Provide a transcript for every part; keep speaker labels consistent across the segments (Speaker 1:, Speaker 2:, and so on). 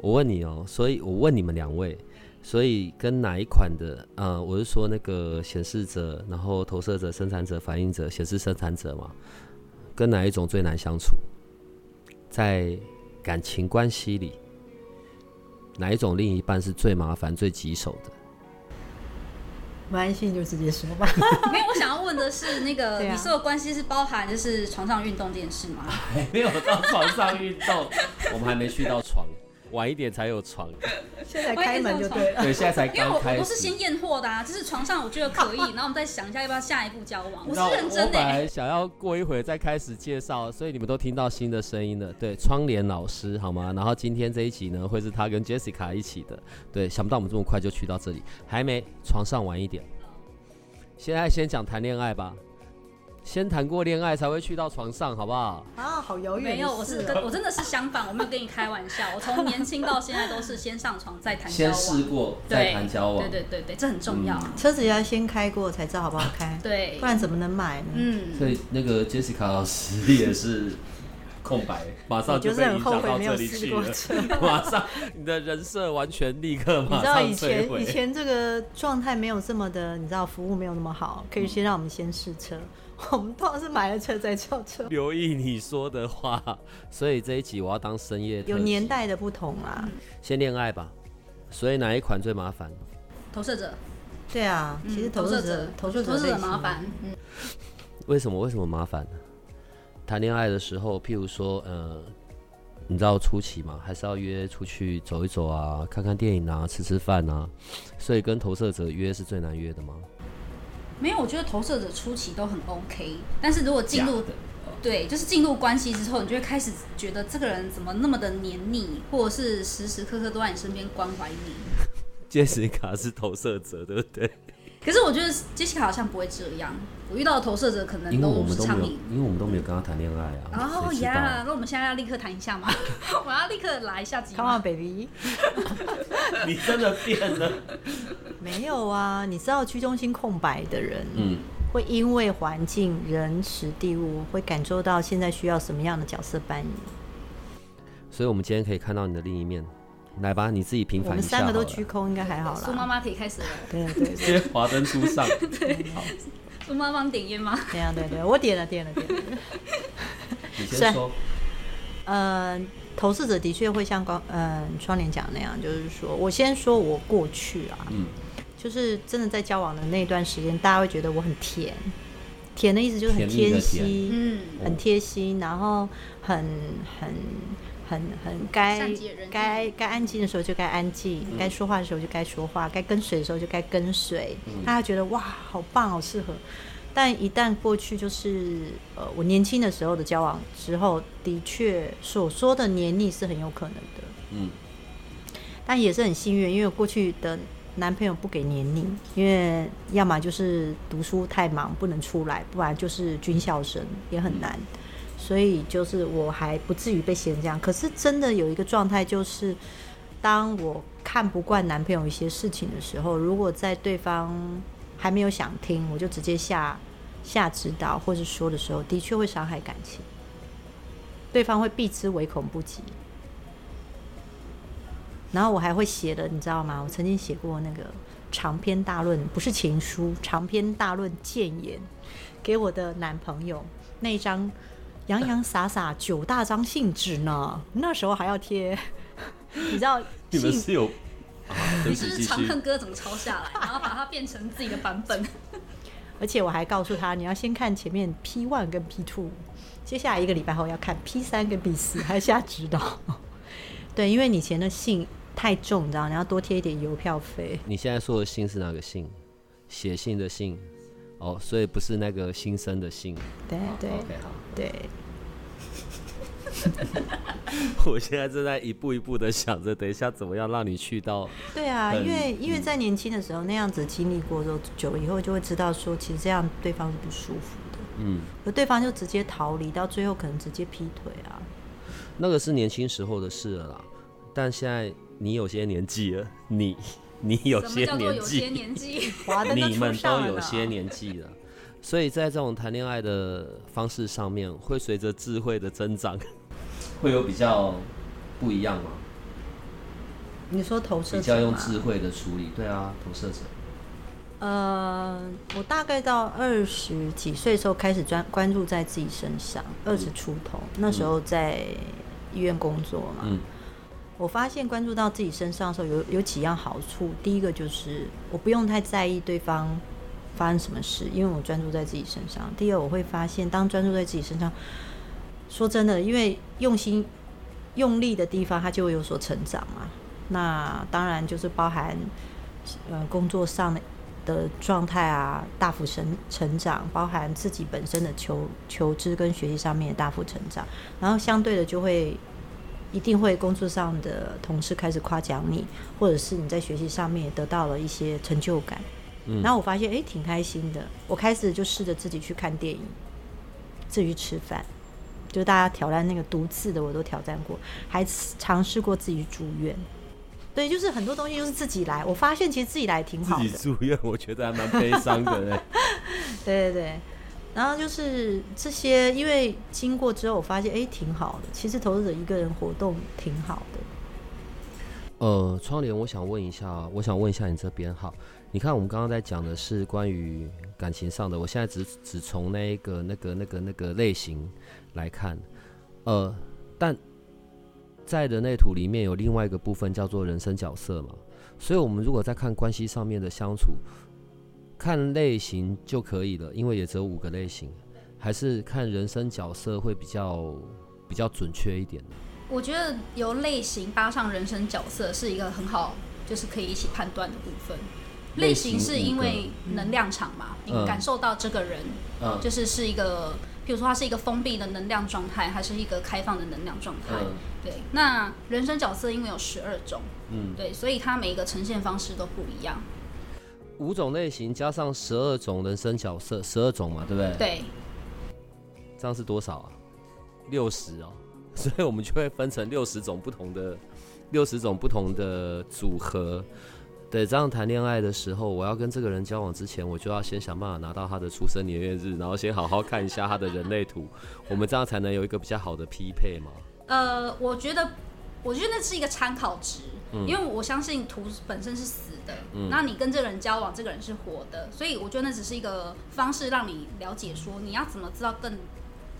Speaker 1: 我问你哦，所以我问你们两位，所以跟哪一款的？呃，我是说那个显示者，然后投射者、生产者、反应者、显示生产者嘛，跟哪一种最难相处？在感情关系里，哪一种另一半是最麻烦、最棘手的？
Speaker 2: 没关系，你就直接说 吧。
Speaker 3: 没有，我想要问的是，那个、
Speaker 2: 对啊
Speaker 3: 你说的关系是包含就是床上运动这件事吗？
Speaker 1: 没有到床上运动， 我们还没去到床，晚一点才有床。
Speaker 2: 现在开门就对了。
Speaker 1: 对，现在才
Speaker 3: 因为
Speaker 1: 刚
Speaker 3: 我
Speaker 1: 开始。
Speaker 3: 我不是先验货的啊，就是床上我觉 得可以，然后我们再想一下要不要下一步交往。我是认真欸
Speaker 1: 我
Speaker 3: 的、
Speaker 1: 本来想要过一会儿再开始介绍，所以你们都听到新的声音了。对，窗帘老师好吗？然后今天这一集呢，会是他跟 Jessica 一起的。对，想不到我们这么快就去到这里，还没床上晚一点。现在先讲谈恋爱吧，先谈过恋爱才会去到床上，好不好？
Speaker 2: 啊，好遥远
Speaker 3: 没
Speaker 2: 的
Speaker 3: 有，我
Speaker 2: 事
Speaker 3: 是
Speaker 2: 哦。
Speaker 3: 跟我真的是相反，我没有跟你开玩笑。我从年轻到现在都是先上床再谈交往，
Speaker 1: 过
Speaker 3: 对，对对对对，这很重要。
Speaker 1: 嗯
Speaker 2: 车子要先开过才知道好不好开，
Speaker 3: 对
Speaker 2: 不，然怎么能买呢？
Speaker 3: 嗯，
Speaker 1: 以那个 Jessica 老师也是空白，马
Speaker 2: 我就是很后悔没有试过车。
Speaker 1: 马上你的人设完全立刻
Speaker 2: 你 知道以前以前这个状态没有这么的，你知道服务没有那么好，可以先让我们先试车。 我们通常是买了车再叫车，
Speaker 1: 留意你说的话，所以这一集我要当深夜特
Speaker 2: 有
Speaker 1: 辑
Speaker 2: 年代的不同啊啦。
Speaker 1: 先恋爱吧。所以哪一款最麻烦？
Speaker 3: 投射者，
Speaker 2: 对啊，
Speaker 3: 嗯
Speaker 2: 其实投射者
Speaker 3: 投
Speaker 2: 射
Speaker 3: 射
Speaker 2: 者
Speaker 3: 投射
Speaker 2: 类
Speaker 3: 者
Speaker 2: 型
Speaker 3: 麻烦，嗯，
Speaker 1: 为什么？为什么麻烦呢？谈恋爱的时候，譬如说，呃，你知道初期嘛，还是要约出去走一走啊，看看电影啊，吃吃饭啊。所以跟投射者约是最难约的吗？
Speaker 3: 没有，我觉得投射者初期都很 OK，但是如果进入对，就是进入关系之后，你就会开始觉得这个人怎么那么的黏腻，或者是时时刻刻都在你身边关怀你。
Speaker 1: ，Jessica 是投射者，对不对？
Speaker 3: 可是我觉得杰西卡好像不会这样，我遇到的投射者可能
Speaker 1: 因为
Speaker 3: 都
Speaker 1: 我
Speaker 3: 无
Speaker 1: 们
Speaker 3: 视
Speaker 1: 都没
Speaker 3: 苍
Speaker 1: 有
Speaker 3: 蝇。，
Speaker 1: 因为我们都没有跟他谈恋爱啊。
Speaker 3: 哦
Speaker 1: 谁知道
Speaker 3: 呀，那我们现在要立刻谈一下吗？ 我要立刻来一下集吗。
Speaker 2: ，Come on baby，
Speaker 1: 你真的变了。
Speaker 2: 没有啊，你知道居中心空白的人，
Speaker 1: 嗯，
Speaker 2: 会因为环境、人、时、地、物，会感受到现在需要什么样的角色扮演。
Speaker 1: 所以我们今天可以看到你的另一面。来吧，你自己平
Speaker 2: 我
Speaker 1: 凡
Speaker 2: 们
Speaker 1: 一下
Speaker 2: 三
Speaker 1: 好
Speaker 2: 个
Speaker 1: 了。
Speaker 2: 都居空，应该还好
Speaker 3: 苏妈
Speaker 2: 啦。
Speaker 3: 妈可以开始了，
Speaker 2: 对对对，
Speaker 1: 接华灯初 上。
Speaker 3: 苏妈妈点烟吗？
Speaker 2: 对啊对对，我点了点了点了。
Speaker 1: 你
Speaker 2: 先说。呃，投射者的确会像刚呃窗帘讲那样，就是说我先说我过去啊，
Speaker 1: 嗯，
Speaker 2: 就是真的在交往的那段时间，大家会觉得我很甜，甜的意思就是很
Speaker 1: 甜蜜的甜
Speaker 2: 贴心，
Speaker 3: 嗯，
Speaker 2: 很贴心，然后很很很很该
Speaker 3: 善解人意
Speaker 2: 该该安静的时候就该安静，该说话的时候就该说话，该跟随的时候就该跟随。大家觉得哇，好棒，好适合。但一旦过去，就是呃，我年轻的时候的交往之后，的确所说的黏腻是很有可能的。
Speaker 1: 嗯，
Speaker 2: 但也是很幸运，因为我过去的男朋友不给年龄，因为要么就是读书太忙不能出来，不然就是军校生也很难，所以就是我还不至于被嫌这样。可是真的有一个状态就是，当我看不惯男朋友一些事情的时候，如果在对方还没有想听，我就直接下下指导或是说的时候，的确会伤害感情，对方会避之唯恐不及。然后我还会写的，你知道吗？我曾经写过那个长篇大论，不是情书，长篇大论谏言，给我的男朋友那一张洋洋洒洒九大张信纸呢。那时候还要贴， 你知道
Speaker 1: 你们
Speaker 2: 信
Speaker 1: 是有，啊、对
Speaker 3: 嗯
Speaker 1: 不
Speaker 3: 你是
Speaker 1: 起
Speaker 3: 不是
Speaker 1: 继
Speaker 3: 长
Speaker 1: 续
Speaker 3: 恨歌怎么抄下来，然后把它变成自己的版本？
Speaker 2: 而且我还告诉他，你要先看前面 P one 跟 P two，接下来一个礼拜后要看 P 三跟 P 四， 还下指导。对，因为你以前的信太重，你知道，你要多贴一点邮票费。
Speaker 1: 你现在说的信是哪个信？写信的信。哦，所以不是那个新生的信。
Speaker 2: 对对
Speaker 1: 好。
Speaker 2: 对，
Speaker 1: 我现在正在一步一步的想着，等一下怎么样让你去到
Speaker 2: 对啊，
Speaker 1: 很嗯
Speaker 2: 因为因为在年轻的时候那样子经历过之后，久了以后就会知道说，其实这样对方是不舒服的，
Speaker 1: 嗯，
Speaker 2: 而对方就直接逃离，到最后可能直接劈腿啊。
Speaker 1: 那个是年轻时候的事了啦。但现在你有些年纪了，你你有
Speaker 3: 什么
Speaker 1: 些
Speaker 3: 叫做
Speaker 1: 年
Speaker 3: 有些
Speaker 1: 纪，
Speaker 3: 年纪？
Speaker 2: 华灯
Speaker 1: 你
Speaker 2: 啊出
Speaker 1: 们
Speaker 2: 上
Speaker 1: 都
Speaker 2: 了
Speaker 1: 有
Speaker 2: 呢
Speaker 1: 些年纪了，所以在这种谈恋爱的方式上面，会随着智慧的增长，会有比较不一样吗？
Speaker 2: 你说投射
Speaker 1: 比较
Speaker 2: 者
Speaker 1: 用
Speaker 2: 吗
Speaker 1: 智慧的处理，对啊，投射者，
Speaker 2: 呃，我大概到二十几岁的时候开始专关注在自己身上，二十出头那时候在医院工作嘛，
Speaker 1: 嗯
Speaker 2: 我发现关注到自己身上的时候有有几样好处，第一个就是我不用太在意对方发生什么事，因为我专注在自己身上。第二，我会发现当专注在自己身上，说真的，因为用心用力的地方，它就会有所成长嘛。那当然就是包含呃工作上的的状态啊，大幅成成长，包含自己本身的求求知跟学习上面也大幅成长，然后相对的就会一定会工作上的同事开始夸奖你，或者是你在学习上面也得到了一些成就感。
Speaker 1: 嗯
Speaker 2: 然后我发现，哎、挺开心的。我开始就试着自己去看电影，自己去吃饭，就大家挑战那个独自的，我都挑战过，还尝试过自己住院。对，就是很多东西就是自己来。我发现其实自己来挺
Speaker 1: 自
Speaker 2: 好的
Speaker 1: 己，住院，我觉得还蛮悲伤的嘞。
Speaker 2: 对对对。然后就是这些，因为经过之后，我发现哎、诶挺好的。其实投资者一个人活动挺好的。
Speaker 1: 呃，窗帘，我想问一下，我想问一下你这边哈，你看我们刚刚在讲的是关于感情上的，我现在只只从那一个那个那个那个类型来看，呃，但在人类图里面有另外一个部分叫做人生角色嘛，所以我们如果在看关系上面的相处，看类型就可以了，因为也只有五个类型，还是看人生角色会比较比较准确一点。
Speaker 3: 我觉得由类型搭上人生角色是一个很好，就是可以一起判断的部分。类型是因为能量场嘛，你
Speaker 1: 嗯
Speaker 3: 感受到这个人
Speaker 1: 嗯
Speaker 3: 就是是一个，譬如说他是一个封闭的能量状态，还是一个开放的能量状态。对，那人生角色因为有十二种，
Speaker 1: 嗯。
Speaker 3: 对，所以它每一个呈现方式都不一样。
Speaker 1: 五种类型加上十二种人生角色，十二种嘛，对不对？，
Speaker 3: 对，
Speaker 1: 这样是多少啊？六十哦， 所以我们就会分成六十种不同的，六十种不同的组合。对，这样谈恋爱的时候，我要跟这个人交往之前，我就要先想办法拿到他的出生年月日，然后先好好看一下他的人类图， 我们这样才能有一个比较好的匹配嘛。
Speaker 3: 呃，我觉得，我觉得那是一个参考值，
Speaker 1: 嗯
Speaker 3: 因为我相信图本身是死的，那你跟这个人交往，这个人是活的，所以我觉得那只是一个方式，让你了解说你要怎么知道更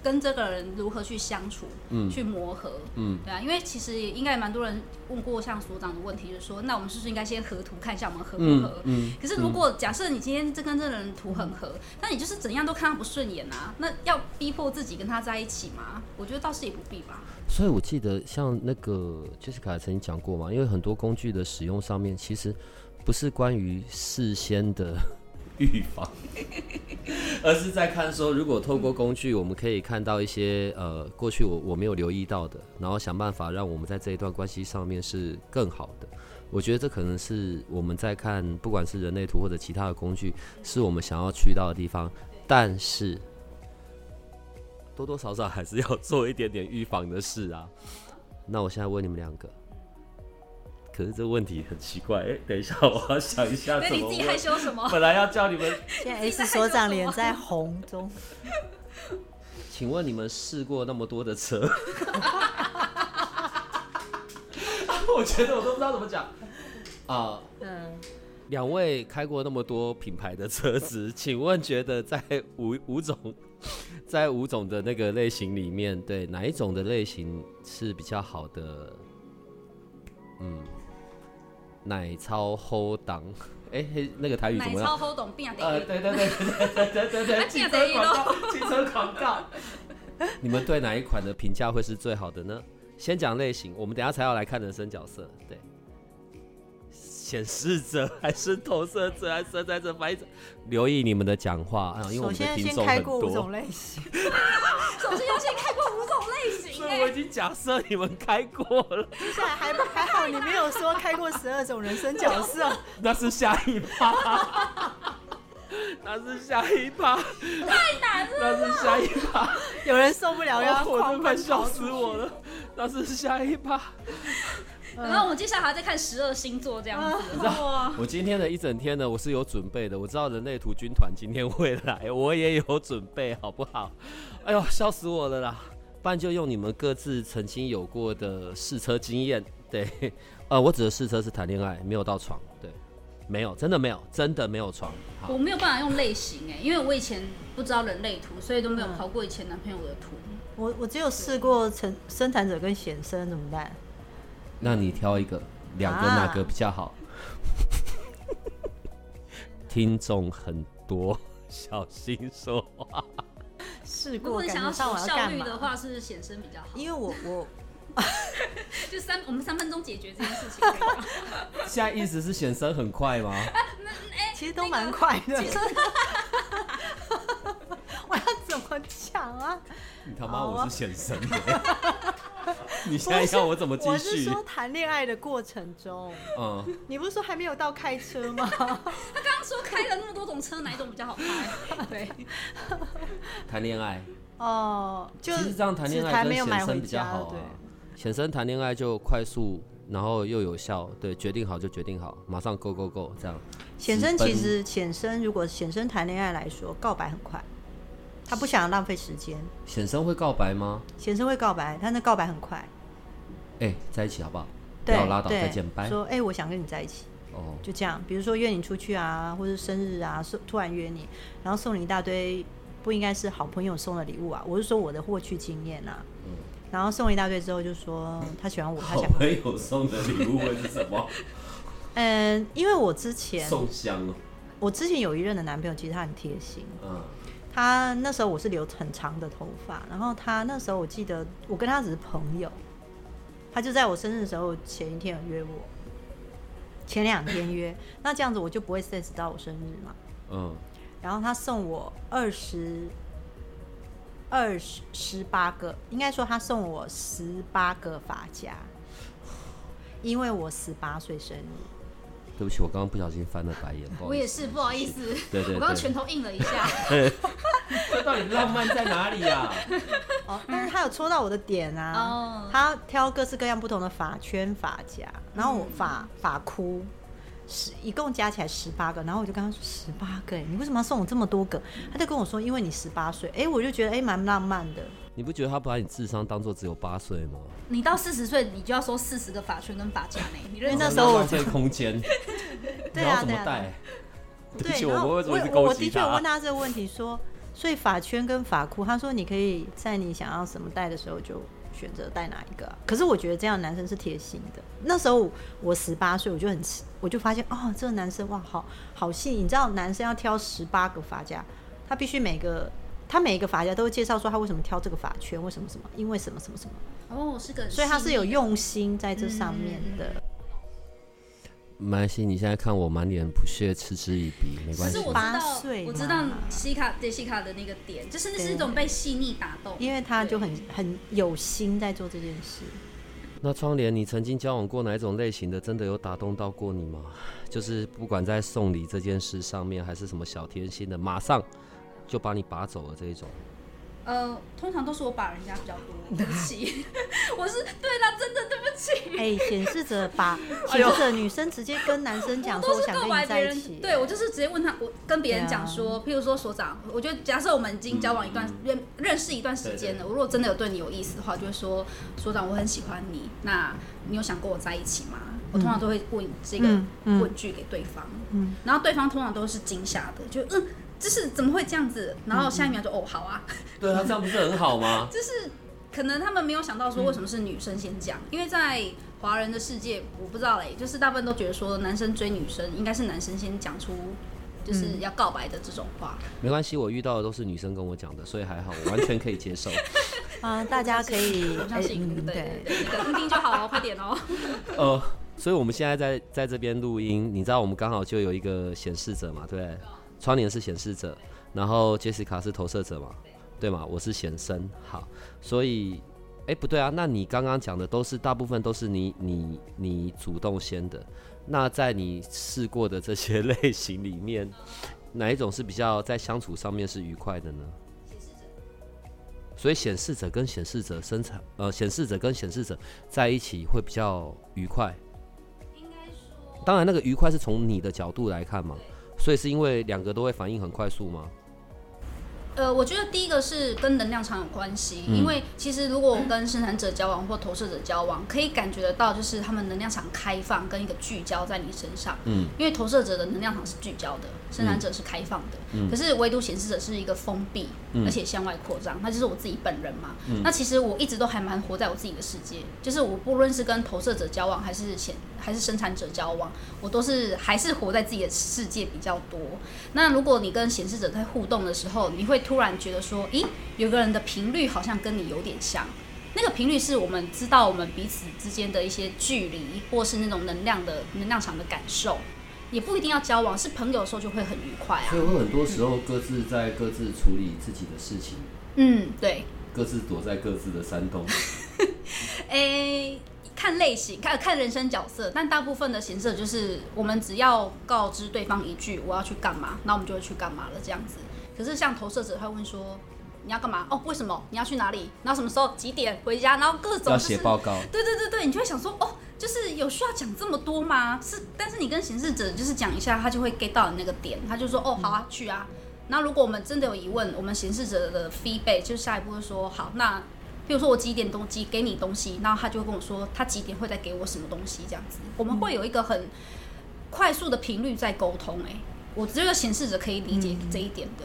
Speaker 3: 跟这个人如何去相处，
Speaker 1: 嗯
Speaker 3: 去磨合，
Speaker 1: 嗯，
Speaker 3: 对啊，因为其实应该也蛮多人问过像所长的问题，就是说，那我们是不是应该先合图看一下我们合不合？
Speaker 1: 嗯
Speaker 3: 可是如果假设你今天这跟这个人图很合，那你就是怎样都看他不顺眼啊，那要逼迫自己跟他在一起吗？我觉得倒是也不必吧。
Speaker 1: 所以我记得像那个 Jessica 曾经讲过嘛，因为很多工具的使用上面，其实不是关于事先的预防， 而是在看说，如果透过工具，我们可以看到一些呃过去我我没有留意到的，然后想办法让我们在这一段关系上面是更好的。我觉得这可能是我们在看，不管是人类图或者其他的工具，是我们想要去到的地方，但是多多少少还是要做一点点预防的事啊。 那我现在问你们两个，可是这问题很奇怪，哎、等一下我要想一下
Speaker 3: 那
Speaker 1: 怎
Speaker 3: 你
Speaker 1: 么
Speaker 3: 自己害
Speaker 1: 问。
Speaker 3: 羞什 么？
Speaker 1: 本来要叫你们，
Speaker 2: 现在 S 所长脸在红中，
Speaker 1: 请问你们试过那么多的车？ 我觉得我都不知道怎么讲啊。
Speaker 2: 嗯，
Speaker 1: 两位开过那么多品牌的车子， 请问觉得在五五种， 在五种的那个类型里面，对哪一种的类型是比较好的？嗯，奶超齁档，哎、嘿那个台语怎
Speaker 3: 奶
Speaker 1: 么样？
Speaker 3: 超好懂 病啊！
Speaker 1: 呃，
Speaker 3: 得
Speaker 1: 对对对对对对对对，汽车广告，汽车广告。 你们对哪一款的评价会是最好的呢？先讲类型，我们等一下才要来看人生角色。对，显示者还是投射者还是生产者反应者？留意你们的讲话啊，因为我们
Speaker 2: 首
Speaker 1: 的
Speaker 2: 先
Speaker 1: 听
Speaker 2: 先
Speaker 1: 众
Speaker 2: 开
Speaker 1: 很
Speaker 2: 过五 种
Speaker 1: 多，
Speaker 2: 类型，
Speaker 3: 首先要先看过五种类型
Speaker 1: 所以
Speaker 3: 哎、
Speaker 1: 我已经假设你们开过了，
Speaker 2: 接下来还不还好，你没有说开过十二种人生角色。
Speaker 1: 那是下一趴， 那是下一趴，
Speaker 3: 太难了。
Speaker 1: 那是下一趴。
Speaker 2: 有人受 不了
Speaker 1: 哦
Speaker 2: 要
Speaker 1: 我都
Speaker 2: 狂
Speaker 1: 快
Speaker 2: 奔
Speaker 1: 笑
Speaker 2: 跑出
Speaker 1: 死我了！那是下一趴。
Speaker 3: 然后我们接下来还要再看十二星座这样
Speaker 2: 啊
Speaker 3: 子。哇，
Speaker 1: 我今天的一整天呢，我是有准备的。我知道人类图军团今天会来，我也有准备，好不好？哎呦，笑死我了啦！不然就用你们各自曾经有过的试车经验。对，呃，我指的试车是谈恋爱，没有到床。对，没有，真的没有，真的没有床。好，
Speaker 3: 我没有办法用类型哎、因为我以前不知道人类图，所以都没
Speaker 2: 嗯
Speaker 3: 有考过以前男朋友的图。
Speaker 2: 我我只有试过成生产者跟显生怎么办？
Speaker 1: 那你挑一个，两个哪个比较好？ 听众很多， 小心说话。
Speaker 2: 试
Speaker 3: 如
Speaker 2: 过
Speaker 3: 果
Speaker 2: 感
Speaker 3: 你想
Speaker 2: 觉上
Speaker 3: 要
Speaker 2: 我要
Speaker 3: 效
Speaker 2: 干
Speaker 3: 率的
Speaker 2: 嘛？
Speaker 3: 话，是显身比较好。
Speaker 2: 因为我我
Speaker 3: 就三，我们三分钟解决这件事情可以吗。
Speaker 1: 现在意思是显身很快吗？
Speaker 2: 其实都蛮快的。
Speaker 3: 哎其实
Speaker 2: 我要怎么 讲啊？
Speaker 1: 你他
Speaker 2: 好啊
Speaker 1: 显身的， 你现在要我怎么
Speaker 2: 我
Speaker 1: 继
Speaker 2: 啊是
Speaker 1: 续？
Speaker 2: 说谈恋爱的过程中，
Speaker 1: 嗯，
Speaker 2: 你不是说还没有到开车吗？
Speaker 3: 他刚刚说开了那么多种车，哪一种比较好开？对，
Speaker 1: 谈恋爱，
Speaker 2: 哦，就
Speaker 1: 其实这样谈恋
Speaker 2: 纸
Speaker 1: 爱
Speaker 2: 台
Speaker 1: 跟
Speaker 2: 没有买
Speaker 1: 显
Speaker 2: 回
Speaker 1: 身比较
Speaker 2: 家，
Speaker 1: 好啊
Speaker 2: 对。
Speaker 1: 显身谈恋爱就快速，然后又有效，对，决定好就决定好，马上 go go go 这样。
Speaker 2: 显
Speaker 1: 直
Speaker 2: 生
Speaker 1: 奔
Speaker 2: 其实显生，如果显生谈恋爱来说，告白很快，他不想浪费时间。
Speaker 1: 显身会告白吗？
Speaker 2: 显生会告白，但那告白很快，
Speaker 1: 哎、在一起好不好？不
Speaker 2: 对
Speaker 1: 要拉倒，
Speaker 2: 对
Speaker 1: 再见，拜。
Speaker 2: 说哎、我想跟你在一起，
Speaker 1: 哦，
Speaker 2: 就这样。比如说约你出去啊，或者生日啊，送突然约你，然后送你一大堆不应该是好朋友送的礼物啊。我是说我的获取经验啊，
Speaker 1: 嗯
Speaker 2: 然后送一大堆之后就说他喜欢我，他想
Speaker 1: 朋友送的礼物会是什 么？
Speaker 2: 嗯，因为我之前
Speaker 1: 香哦，
Speaker 2: 我之前有一任的男朋友，其实他很贴心，
Speaker 1: 嗯，
Speaker 2: 他那时候我是留很长的头发，然后他那时候我记得我跟他只是朋友，他就在我生日的时候前一天有约我，前两天约，那这样子我就不会 sense 到我生日嘛。
Speaker 1: 嗯，
Speaker 2: 然后他送我二十二十十八个，应该说他送我十八个发夹，因为我十八岁生日，
Speaker 1: 对不起，我刚刚不小心翻了白眼，不好意思
Speaker 2: 哦
Speaker 3: 我也是不好意思，
Speaker 1: 对对对
Speaker 3: 我刚刚拳头硬了一 下。
Speaker 1: 这到底浪漫在哪里啊呀、
Speaker 2: 哦，但是他有戳到我的点啊。
Speaker 3: 哦，
Speaker 2: 他挑各式各样不同的发圈、发夹，然后我发发箍，十一共加起来十八个，然后我就跟他说十八个、欸，你为什么要送我这么多个？他就跟我说，因为你十八岁，哎、我就觉得哎蛮、浪漫的，
Speaker 1: 你不觉得他把你智商当做只有八岁吗？
Speaker 3: 你到四十岁，你就要收四十个发圈跟发夹呢。你认
Speaker 2: 因为哦那
Speaker 3: 真
Speaker 2: 时候我
Speaker 1: 浪费空间，你
Speaker 2: 对
Speaker 1: 要
Speaker 2: 啊
Speaker 1: 怎
Speaker 2: 对
Speaker 1: 么
Speaker 2: 啊，
Speaker 1: 带？对不起
Speaker 2: 对，然后
Speaker 1: 我
Speaker 2: 我
Speaker 1: 为什么一直
Speaker 2: 我
Speaker 1: 攻
Speaker 2: 我
Speaker 1: 击
Speaker 2: 的确
Speaker 1: 他
Speaker 2: 有问他这个问题说，所以发圈跟发箍，他说你可以在你想要什么戴的时候就选择戴哪一个啊、可是我觉得这样男生是贴心的。那时候我十八岁，我就很吃我就发现哦，这个男生哇，好好细。你知道男生要挑十八个发夹，他必须每个他每一个发夹都会介绍说他为什么挑这个发圈，为什么什么，因为什么什么什么，
Speaker 3: 哦，是个很细腻的，
Speaker 2: 所以他是有用心在这上面的。
Speaker 1: 嗯没关系，你现在看我满脸不屑，嗤之以鼻，没
Speaker 3: 可
Speaker 1: 关系。
Speaker 3: 是我知
Speaker 2: 八
Speaker 3: 道
Speaker 2: 岁，
Speaker 3: 我知道
Speaker 2: 嘛
Speaker 3: 西卡对西卡的那个点，就是那是
Speaker 2: 对
Speaker 3: 一种被细腻打动。
Speaker 2: 因为他就
Speaker 3: 对
Speaker 2: 很很有心在做这件事。
Speaker 1: 那窗帘，你曾经交往过哪一种类型的？真的有打动到过你吗？就是不管在送礼这件事上面，还是什么小贴心的，马上就把你拔走了这一种。
Speaker 3: 呃，通常都是我把人家比较多，对 不起，我是对啦，真的对不起，
Speaker 2: 哎、显示者把显示者女生直接跟男生讲说，
Speaker 3: 都
Speaker 2: 我
Speaker 3: 是
Speaker 2: 想
Speaker 3: 告
Speaker 2: 跟你
Speaker 3: 白
Speaker 2: 在
Speaker 3: 别
Speaker 2: 一
Speaker 3: 人，
Speaker 2: 起。啊
Speaker 3: 对我就是直接问他，我跟别人讲说，譬如说所长，我觉得假设我们已经交往一段认认识一段时间了，我如果真的有对你有意思的话，就会说所长，我很喜欢你，那你有想跟我在一起吗？我通常都会问这个
Speaker 2: 嗯嗯
Speaker 3: 问句给对方，
Speaker 2: 嗯
Speaker 3: 然后对方通常都是惊吓的，就嗯，就是怎么会这样子？然后下一秒就哦，好啊，
Speaker 1: 对啊，这样不是很好吗？
Speaker 3: 就是可能他们没有想到说为什么是女生先讲，因为在华人的世界，我不知道嘞，就是大部分都觉得说男生追女生应该是男生先讲出就是要告白的这种话，
Speaker 1: 没关系，我遇到的都是女生跟我讲的，所以还好，我完全可以接受。
Speaker 2: 啊、大家可以，
Speaker 3: 我相信，
Speaker 2: 哎嗯
Speaker 3: 对
Speaker 2: 对
Speaker 3: 对，对，那个听听就好了，快点哦。
Speaker 1: 呃，所以我们现在在在这边录音，你知道我们刚好就有一个显示者嘛，对不对？窗帘是显示者，然后 Jessica 是投射者嘛，对吗？我是显身，好，所以，哎，不对啊，那你刚刚讲的都是大部分都是你你你主动先的，那在你试过的这些类型里面， 哪一种是比较在相处上面是愉快的呢？所以显示者跟显示者生产，呃，显示者跟显示者在一起会比较愉快。当然，那个愉快是从你的角度来看嘛，所以是因为两个都会反应很快速吗？
Speaker 3: 呃，我觉得第一个是跟能量场有关系，因为其实如果我跟生产者交往或投射者交往，可以感觉得到，就是他们能量场开放跟一个聚焦在你身上。
Speaker 1: 嗯，
Speaker 3: 因为投射者的能量场是聚焦的，生产者是开放的，可是唯独显示者是一个封闭，
Speaker 1: 嗯
Speaker 3: 而且向外扩张。那就是我自己本人嘛。那其实我一直都还蛮活在我自己的世界，就是我不论是跟投射者交往，还是显还是生产者交往，我都是还是活在自己的世界比较多。那如果你跟显示者在互动的时候，你会突然觉得说，咦，有个人的频率好像跟你有点像。那个频率是我们知道我们彼此之间的一些距离，或是那种能量的能量场的感受，也不一定要交往，是朋友的时候就会很愉快啊
Speaker 1: 所。以我很多时候各自在各自处理自己的事情，
Speaker 3: 嗯，对，
Speaker 1: 各自躲在各自的山洞。
Speaker 3: 诶、看类型，看看人生角色，但大部分的显示者就是我们只要告知对方一句我要去干嘛，那我们就会去干嘛了这样子。可是像投射者，他会问说你要干嘛？哦，为什么？你要去哪里？然后什么时候？几点回家？然后各种、
Speaker 1: 要
Speaker 3: 就是、
Speaker 1: 写报告，
Speaker 3: 对对对对，你就会想说，哦，就是有需要讲这么多吗？是，但是你跟显示者就是讲一下，他就会 get 到你那个点，他就说，哦，好啊，去啊。那如果我们真的有疑问，我们显示者的 feedback 就下一步就说，好，那比如说我几点东西给你东西，然后他就会跟我说，他几点会再给我什么东西这样子，我们会有一个很快速的频率在沟通、欸。哎，我觉得显示者可以理解这一点的。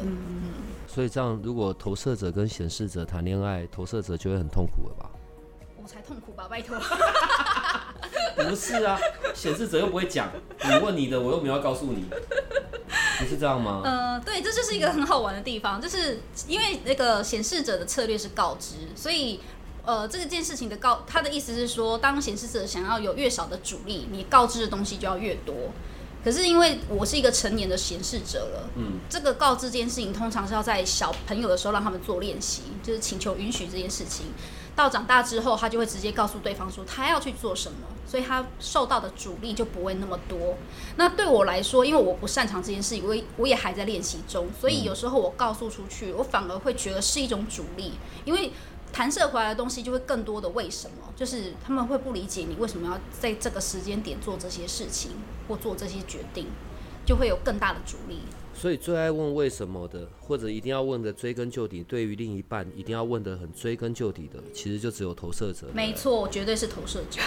Speaker 1: 所以这样如果投射者跟显示者谈恋爱，投射者就会很痛苦了吧？
Speaker 3: 我才痛苦吧，拜托。
Speaker 1: 不是啊，显示者又不会讲，你问你的，我又没有要告诉你，不是这样吗？
Speaker 3: 呃，对，这就是一个很好玩的地方，就是因为那个显示者的策略是告知，所以呃，这件事情的告，他的意思是说，当显示者想要有越少的阻力，你告知的东西就要越多。可是因为我是一个成年的显示者了，
Speaker 1: 嗯，
Speaker 3: 这个告知这件事情通常是要在小朋友的时候让他们做练习，就是请求允许这件事情。到长大之后，他就会直接告诉对方说他要去做什么，所以他受到的阻力就不会那么多。那对我来说，因为我不擅长这件事情，我也我也还在练习中，所以有时候我告诉出去，我反而会觉得是一种阻力，因为弹射回来的东西就会更多的为什么，就是他们会不理解你为什么要在这个时间点做这些事情或做这些决定，就会有更大的阻力。
Speaker 1: 所以最爱问为什么的，或者一定要问的追根究底，对于另一半一定要问的很追根究底的，其实就只有投射者。
Speaker 3: 没，错，我绝对是投射者，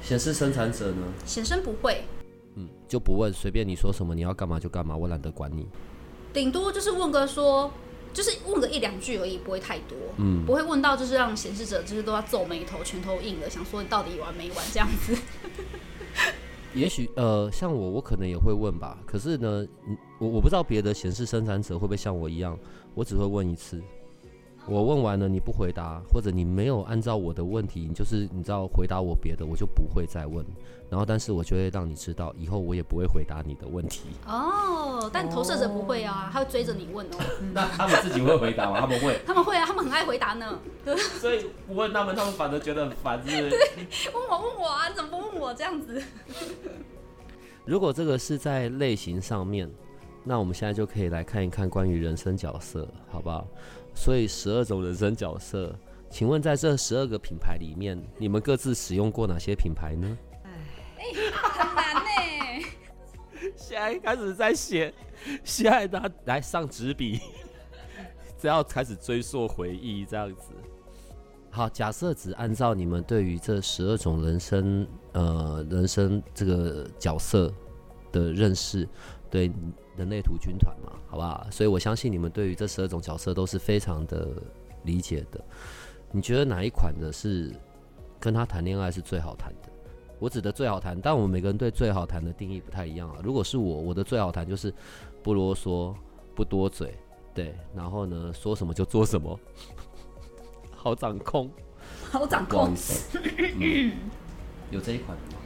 Speaker 1: 显示生产者呢，
Speaker 3: 显生不会，
Speaker 1: 嗯，就不问，随便你说什么，你要干嘛就干嘛，我懒得管你。
Speaker 3: 顶多就是问个说，就是问个一两句而已，不会太多，
Speaker 1: 嗯
Speaker 3: 不会问到就是让显示者就是都要皱眉头、拳头硬了，想说你到底有完没完这样子。
Speaker 1: 也许呃，像我，我可能也会问吧。可是呢，嗯我我不知道别的显示生产者会不会像我一样，我只会问一次。我问完了你不回答，或者你没有按照我的问题，你就是你知道回答我别的，我就不会再问。然后，但是我就会让你知道，以后我也不会回答你的问题。
Speaker 3: 哦，但投射者不会啊，他会追着你问哦，
Speaker 1: 那他们自己会回答吗？他们会，
Speaker 3: 他们会啊，他们很爱回答呢，
Speaker 1: 所以不问他们，他们反而觉得很烦，是不是？
Speaker 3: 问我问我啊，你怎么不问我这样子？
Speaker 1: 如果这个是在类型上面，那我们现在就可以来看一看关于人生角色，好不好？所以十二种人生角色，请问在这十二个品牌里面，你们各自使用过哪些品牌呢？
Speaker 3: 很难呢、
Speaker 1: 现在开始在写， 现在拿来上纸笔， 只要开始追溯回忆这样子。好，假设只按照你们对于这十二种人生呃人生这个角色的认识，对人类图军团嘛，好不好？所以我相信你们对于这十二种角色都是非常的理解的。你觉得哪一款的是跟他谈恋爱是最好谈的？我指的最好谈，但我们每个人对最好谈的定义不太一样啊。如果是我，我的最好谈就是不啰嗦，不多嘴，对，然后呢，说什么就做什么， 好掌控。
Speaker 3: 好掌
Speaker 1: 不好
Speaker 3: 控
Speaker 1: 意。思，有这一款的吗？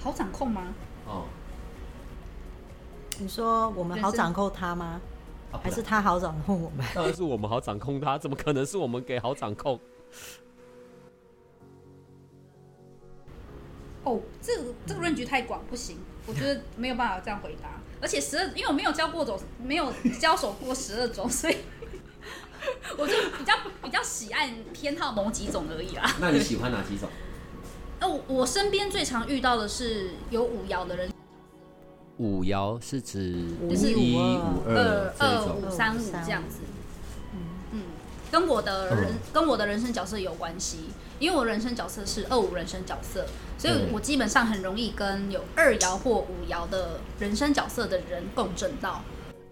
Speaker 3: 好掌控吗？
Speaker 1: 哦，
Speaker 2: 你说我们好掌控他吗？
Speaker 1: 啊不
Speaker 2: 还
Speaker 1: 然
Speaker 2: 是他好掌控我们？
Speaker 1: 当然是我们好掌控它，怎么可能是我们给好掌控？
Speaker 3: 哦，这个这个论局太广，不行，我觉得没有办法这样回答。而且十二，因为我没有教过种，没有交手过十二种， 所以我就比较比较喜爱偏好某几种而已啦。
Speaker 1: 那你喜欢哪几种？
Speaker 3: 那我我身边最常遇到的是有五爻的人，
Speaker 1: 五爻是指
Speaker 2: 就是
Speaker 1: 一、
Speaker 2: 五
Speaker 1: 五
Speaker 3: 二
Speaker 1: 这一
Speaker 3: 二
Speaker 1: 种，
Speaker 3: 五三五这样子。嗯，跟我的人、跟我的人生角色有关系，因为我人生角色是二五人生角色，所以
Speaker 1: 嗯
Speaker 3: 我基本上很容易跟有二爻或五爻的人生角色的人共振到。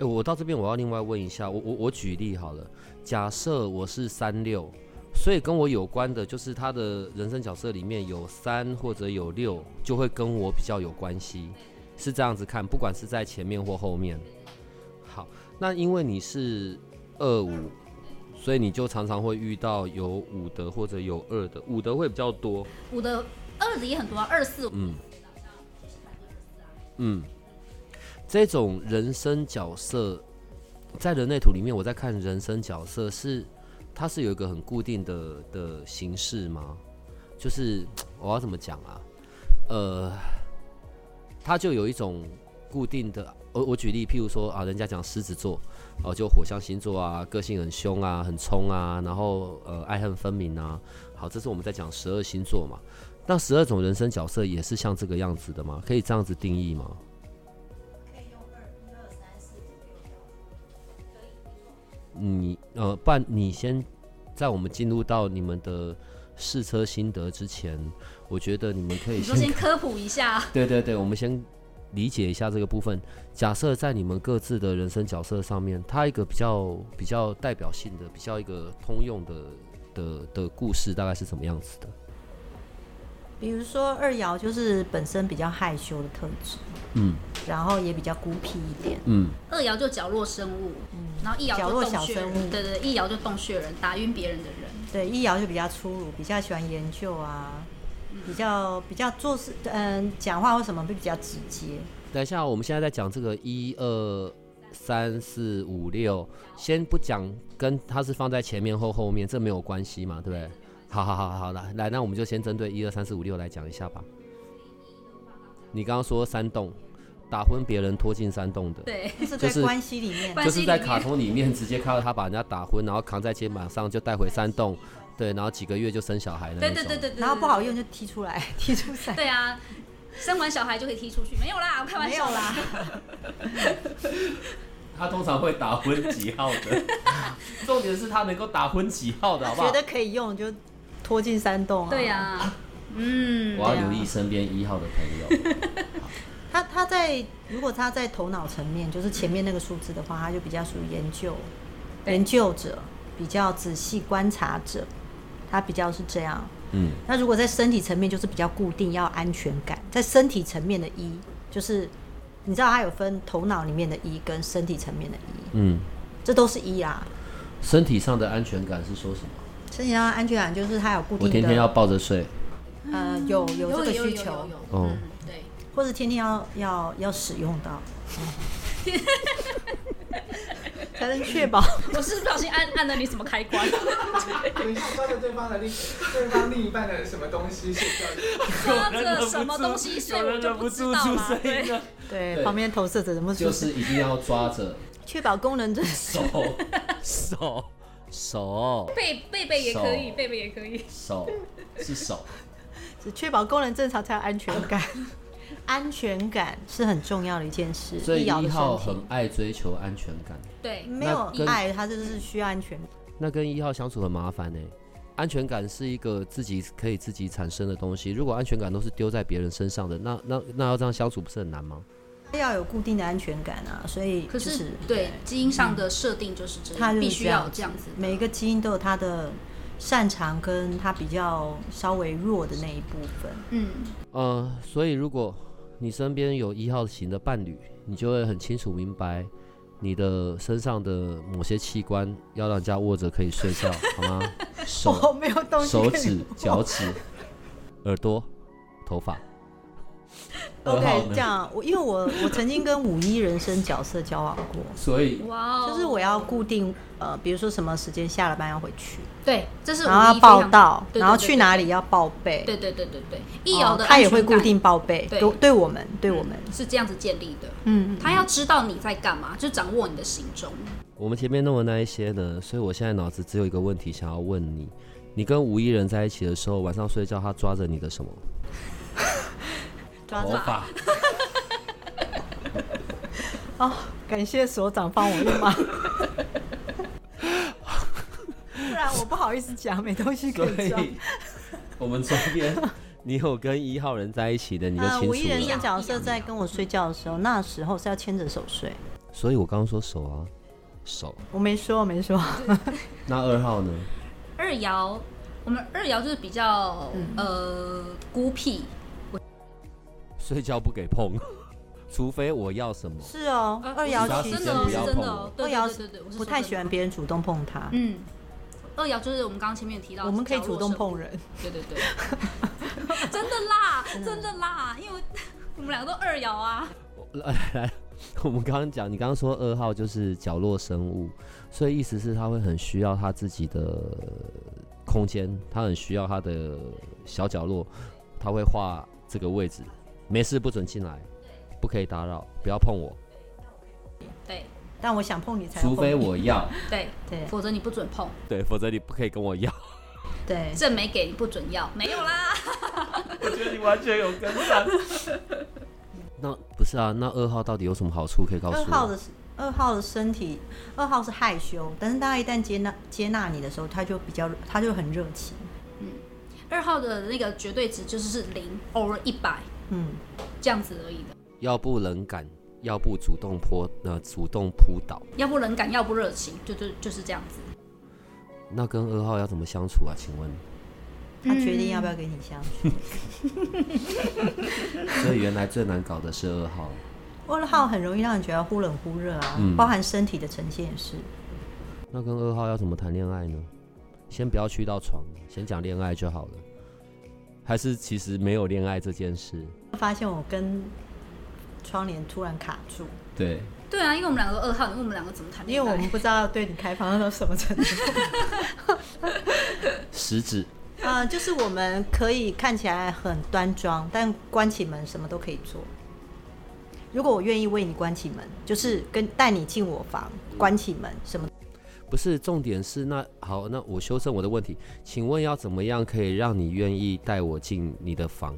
Speaker 1: 哎、我到这边我要另外问一下，我我我举例好了，假设我是三六，所以跟我有关的就是他的人生角色里面有三或者有六，就会跟我比较有关系，是这样子看，不管是在前面或后面。好，那因为你是二五，所以你就常常会遇到有五的或者有二的，五的会比较多。
Speaker 3: 我的二的也很多、啊，二四五
Speaker 1: 嗯，嗯，这种人生角色，在人类图里面，我在看人生角色是，它是有一个很固定的的形式吗？就是我要怎么讲啊？呃，它就有一种固定的，我我举例，譬如说啊，人家讲狮子座，哦、就火象星座啊，个性很凶啊，很冲啊，然后呃爱恨分明啊。好，这是我们在讲十二星座嘛。那十二种人生角色也是像这个样子的吗？可以这样子定义吗？你呃，不然你先在我们进入到你们的试车心得之前，我觉得你们可以
Speaker 3: 你说
Speaker 1: 先
Speaker 3: 先科普一下，
Speaker 1: 对对对，我们先理解一下这个部分。假设在你们各自的人生角色上面，它一个比较比较代表性的、比较一个通用的的的故事，大概是什么样子的？
Speaker 2: 比如说二爻就是本身比较害羞的特质，
Speaker 1: 嗯
Speaker 2: 然后也比较孤僻一点，
Speaker 1: 嗯，
Speaker 3: 二爻就角落生物，然后一爻
Speaker 2: 嗯角
Speaker 3: 就
Speaker 2: 落
Speaker 3: 洞
Speaker 2: 小
Speaker 3: 穴
Speaker 2: 生
Speaker 3: 人，
Speaker 2: 物
Speaker 3: 对对，对一爻就洞穴人，打晕别人的人。
Speaker 2: 对，一爻就比较粗鲁，比较喜欢研究啊，比较比较做事，嗯，讲话或什么会比较直接。
Speaker 1: 等一下，我们现在在讲这个一二三四五六，先不讲跟它是放在前面或后面，这没有关系嘛，对不对？好好好好好来来，那我们就先针对一二三四五六来讲一下吧。你刚刚说山洞，打昏别人拖进山洞的，
Speaker 3: 对，
Speaker 2: 就是
Speaker 1: 就
Speaker 2: 在
Speaker 1: 是
Speaker 2: 关系里面，
Speaker 3: 关
Speaker 1: 就
Speaker 3: 系
Speaker 1: 是
Speaker 3: 里
Speaker 1: 在
Speaker 3: 面
Speaker 1: 卡通里面直接看到他把人家打昏，然后扛在肩膀上就带回山洞，对，然后几个月就生小孩的那
Speaker 3: 对
Speaker 1: 种。
Speaker 3: 对对对对，
Speaker 2: 然后不好用就踢出来， 踢出赛。
Speaker 3: 对啊，生完小孩就可以踢出去，没有啦，我开玩
Speaker 2: 没有
Speaker 3: 笑
Speaker 2: 啦
Speaker 3: 啦。，
Speaker 1: 他通常会打昏几号的，重点是他能够打昏几号的，好
Speaker 2: 觉得可以用就拖进山洞啊。
Speaker 3: 对呀、嗯，
Speaker 1: 我要留意身边一号的朋友。
Speaker 2: 他他在如果他在头脑层面，就是前面那个数字的话，他就比较属于研究
Speaker 3: 对
Speaker 2: 研究者，比较仔细观察者，他比较是这样。
Speaker 1: 嗯，
Speaker 2: 那如果在身体层面，就是比较固定，要安全感。在身体层面的一，就是你知道它有分头脑里面的一跟身体层面的一，
Speaker 1: 嗯，
Speaker 2: 这都是一啊。
Speaker 1: 身体上的安全感是说什么？
Speaker 2: 身体上的安全感就是它有固定
Speaker 1: 我
Speaker 2: 的，
Speaker 1: 天天要抱着睡。
Speaker 2: 呃有
Speaker 3: 有
Speaker 2: 有这个需求，
Speaker 3: 有有有
Speaker 1: 哦
Speaker 3: 嗯，对，
Speaker 2: 或者天天要要要使用到， 才能确保。
Speaker 3: 我是不小心按按了你什么开关？
Speaker 4: 你抓着对方的另对方另一半的什么东西睡
Speaker 3: 抓
Speaker 4: 觉？
Speaker 3: 着什么东西睡，我就不知道啦。对，
Speaker 5: 啊
Speaker 1: 了，
Speaker 2: 对，
Speaker 1: 对
Speaker 2: 旁边投射者怎么
Speaker 1: 就是一定要抓着
Speaker 2: 确保功能 正
Speaker 1: 手手手
Speaker 3: 贝贝贝也可以，
Speaker 1: 手
Speaker 3: 贝贝也可以。
Speaker 1: 手是手，
Speaker 2: 只确保功能正常才有安全感。 安全感是很重要的一件事，
Speaker 1: 所以
Speaker 2: 易遥
Speaker 1: 一
Speaker 2: 的
Speaker 1: 号
Speaker 2: 身
Speaker 1: 很
Speaker 2: 体
Speaker 1: 爱追求安全感。
Speaker 3: 对，
Speaker 2: 没有
Speaker 1: 那跟
Speaker 2: 爱，他就是需要安全感。
Speaker 1: 那跟一号相处很麻烦呢、欸安全感是一个自己可以自己产生的东西，如果安全感都是丢在别人身上的，那那那要这样相处不是很难吗？
Speaker 2: 要有固定的安全感啊，所以
Speaker 3: 可
Speaker 2: 就是是
Speaker 3: 对基因上的设定就是这
Speaker 2: 它
Speaker 3: 样，
Speaker 2: 就是
Speaker 3: 必须要有这样子。
Speaker 2: 每一个基因都有它的擅长跟它比较稍微弱的那一部分。
Speaker 3: 嗯，
Speaker 1: 呃，所以如果你身边有一号型的伴侣，你就会很清楚明白你的身上的某些器官要让人家握着可以睡觉，好吗？
Speaker 2: 我
Speaker 1: 手、
Speaker 2: 没 有东西
Speaker 1: 手
Speaker 2: 可以
Speaker 1: 指、脚趾、耳朵、头发。
Speaker 5: 二号
Speaker 2: OK，
Speaker 5: 呢
Speaker 2: 这样，我因为我 我曾经跟五一人生角色交往过，
Speaker 5: 所以
Speaker 3: 哇哦，
Speaker 2: 就是我要固定呃，比如说什么时间下了班要回去，
Speaker 3: 对，这是
Speaker 2: 然后
Speaker 3: 五
Speaker 2: 要
Speaker 3: 一非常
Speaker 2: 报到，
Speaker 3: 对对
Speaker 2: 然后
Speaker 3: 对
Speaker 2: 去哪里要报备，
Speaker 3: 对对对对对，
Speaker 2: 哦，
Speaker 3: 易遥的
Speaker 2: 他也
Speaker 3: 安全
Speaker 2: 会固
Speaker 3: 感
Speaker 2: 定报备，
Speaker 3: 对
Speaker 2: 对对我们对我们，
Speaker 3: 是这样子建立的。
Speaker 2: 嗯，
Speaker 3: 他要知道你在干嘛，就掌握你的行踪。
Speaker 1: 我们前面弄的那一些呢，所以我现在脑子只有一个问题想要问你：你跟吴一人在一起的时候，晚上睡觉他抓着你的什么？
Speaker 2: 抓
Speaker 5: 头
Speaker 2: 着
Speaker 5: 发
Speaker 2: 哦，感谢所长帮我一 忙。不然我不好意思讲，没东西可
Speaker 5: 所
Speaker 2: 以讲。呃
Speaker 5: 以我们昨天
Speaker 1: 你有跟一号人在一起的，你就
Speaker 2: 呃，
Speaker 1: 清
Speaker 2: 五一人
Speaker 1: 楚了。
Speaker 2: 生角色在跟我睡觉的时候，那时候是要牵着手睡。
Speaker 1: 所以我刚刚说手啊，手。
Speaker 2: 我没说，我没说。
Speaker 1: 那二号呢？
Speaker 3: 二爻，我们二爻就是比较、
Speaker 2: 嗯
Speaker 3: 呃孤僻，
Speaker 1: 睡觉不给碰， 除非我要什么。
Speaker 2: 是哦，
Speaker 3: 呃
Speaker 2: 二
Speaker 3: 我是
Speaker 2: 爻
Speaker 1: 说
Speaker 2: 其
Speaker 3: 真
Speaker 2: 实
Speaker 3: 的哦，
Speaker 1: 不
Speaker 3: 是
Speaker 1: 要
Speaker 3: 真
Speaker 1: 碰
Speaker 3: 的
Speaker 1: 我
Speaker 3: 哦，对
Speaker 2: 二爻
Speaker 3: 对对对，我是
Speaker 2: 不
Speaker 3: 说
Speaker 2: 太
Speaker 3: 真
Speaker 2: 喜
Speaker 3: 的
Speaker 2: 欢别人主动碰他。
Speaker 3: 嗯，二爻就是我们刚刚前面有提到，
Speaker 2: 我们可以
Speaker 3: 角落
Speaker 2: 主动
Speaker 3: 生物
Speaker 2: 碰人，
Speaker 3: 对对 对，真的啦，真的啦，因为我我们两个都二爻啊，
Speaker 1: 来来， 我们刚刚讲，你刚刚说二号就是角落生物，所以意思是他会很需要他自己的空间，他很需要他的小角落，他会画这个位置，没事不准进来，不可以打扰，不要碰我，
Speaker 3: 对
Speaker 2: 但我想碰你才要碰
Speaker 1: 除
Speaker 2: 你。
Speaker 1: 非我 要，
Speaker 3: 对，
Speaker 2: 对
Speaker 3: 否则你不准碰，
Speaker 1: 对，否则你不可以跟我要。
Speaker 2: 对，
Speaker 3: 证没给你不准要，没有啦，
Speaker 5: 我觉得你完全有跟上，
Speaker 1: 那不是啊，那二号到底有什么好处可以告诉
Speaker 2: 二
Speaker 1: 我？
Speaker 2: 号的二号的身体，二号是害羞，但是他一旦接纳接纳你的时候，他就比较他就很热情。
Speaker 3: 二号的那个绝对值就是是零，偶尔一百
Speaker 2: 嗯，
Speaker 3: 这样子而已的，
Speaker 1: 要不冷感，要不主动泼，呃，主动扑倒。
Speaker 3: 要不冷感，要不热情，就就就是这样子。
Speaker 1: 那跟二号要怎么相处啊？ 请问，
Speaker 2: 他决定要不要跟你相处。
Speaker 1: 所以原来最难搞的是二号。
Speaker 3: 嗯
Speaker 2: 二号很容易让人觉得忽冷忽热啊，
Speaker 1: 嗯
Speaker 2: 包含身体的呈现也是。
Speaker 1: 那跟二号要怎么谈恋爱呢？先不要去到床，先讲恋爱就好了。还是其实没有恋爱这件事？
Speaker 2: 发现我跟窗帘突然卡住，
Speaker 1: 对，
Speaker 3: 对啊，因为我们两个二号，你问我们两个怎么谈恋
Speaker 2: 因为
Speaker 3: 爱？
Speaker 2: 我们不知道要对你开放到什么程度。
Speaker 1: 食指
Speaker 2: 呃，就是我们可以看起来很端庄，但关起门什么都可以做。如果我愿意为你关起门，就是跟带你进我房，关起门什么？
Speaker 1: 不是重点是那好，那我修正我的问题，请问要怎么样可以让你愿意带我进你的房？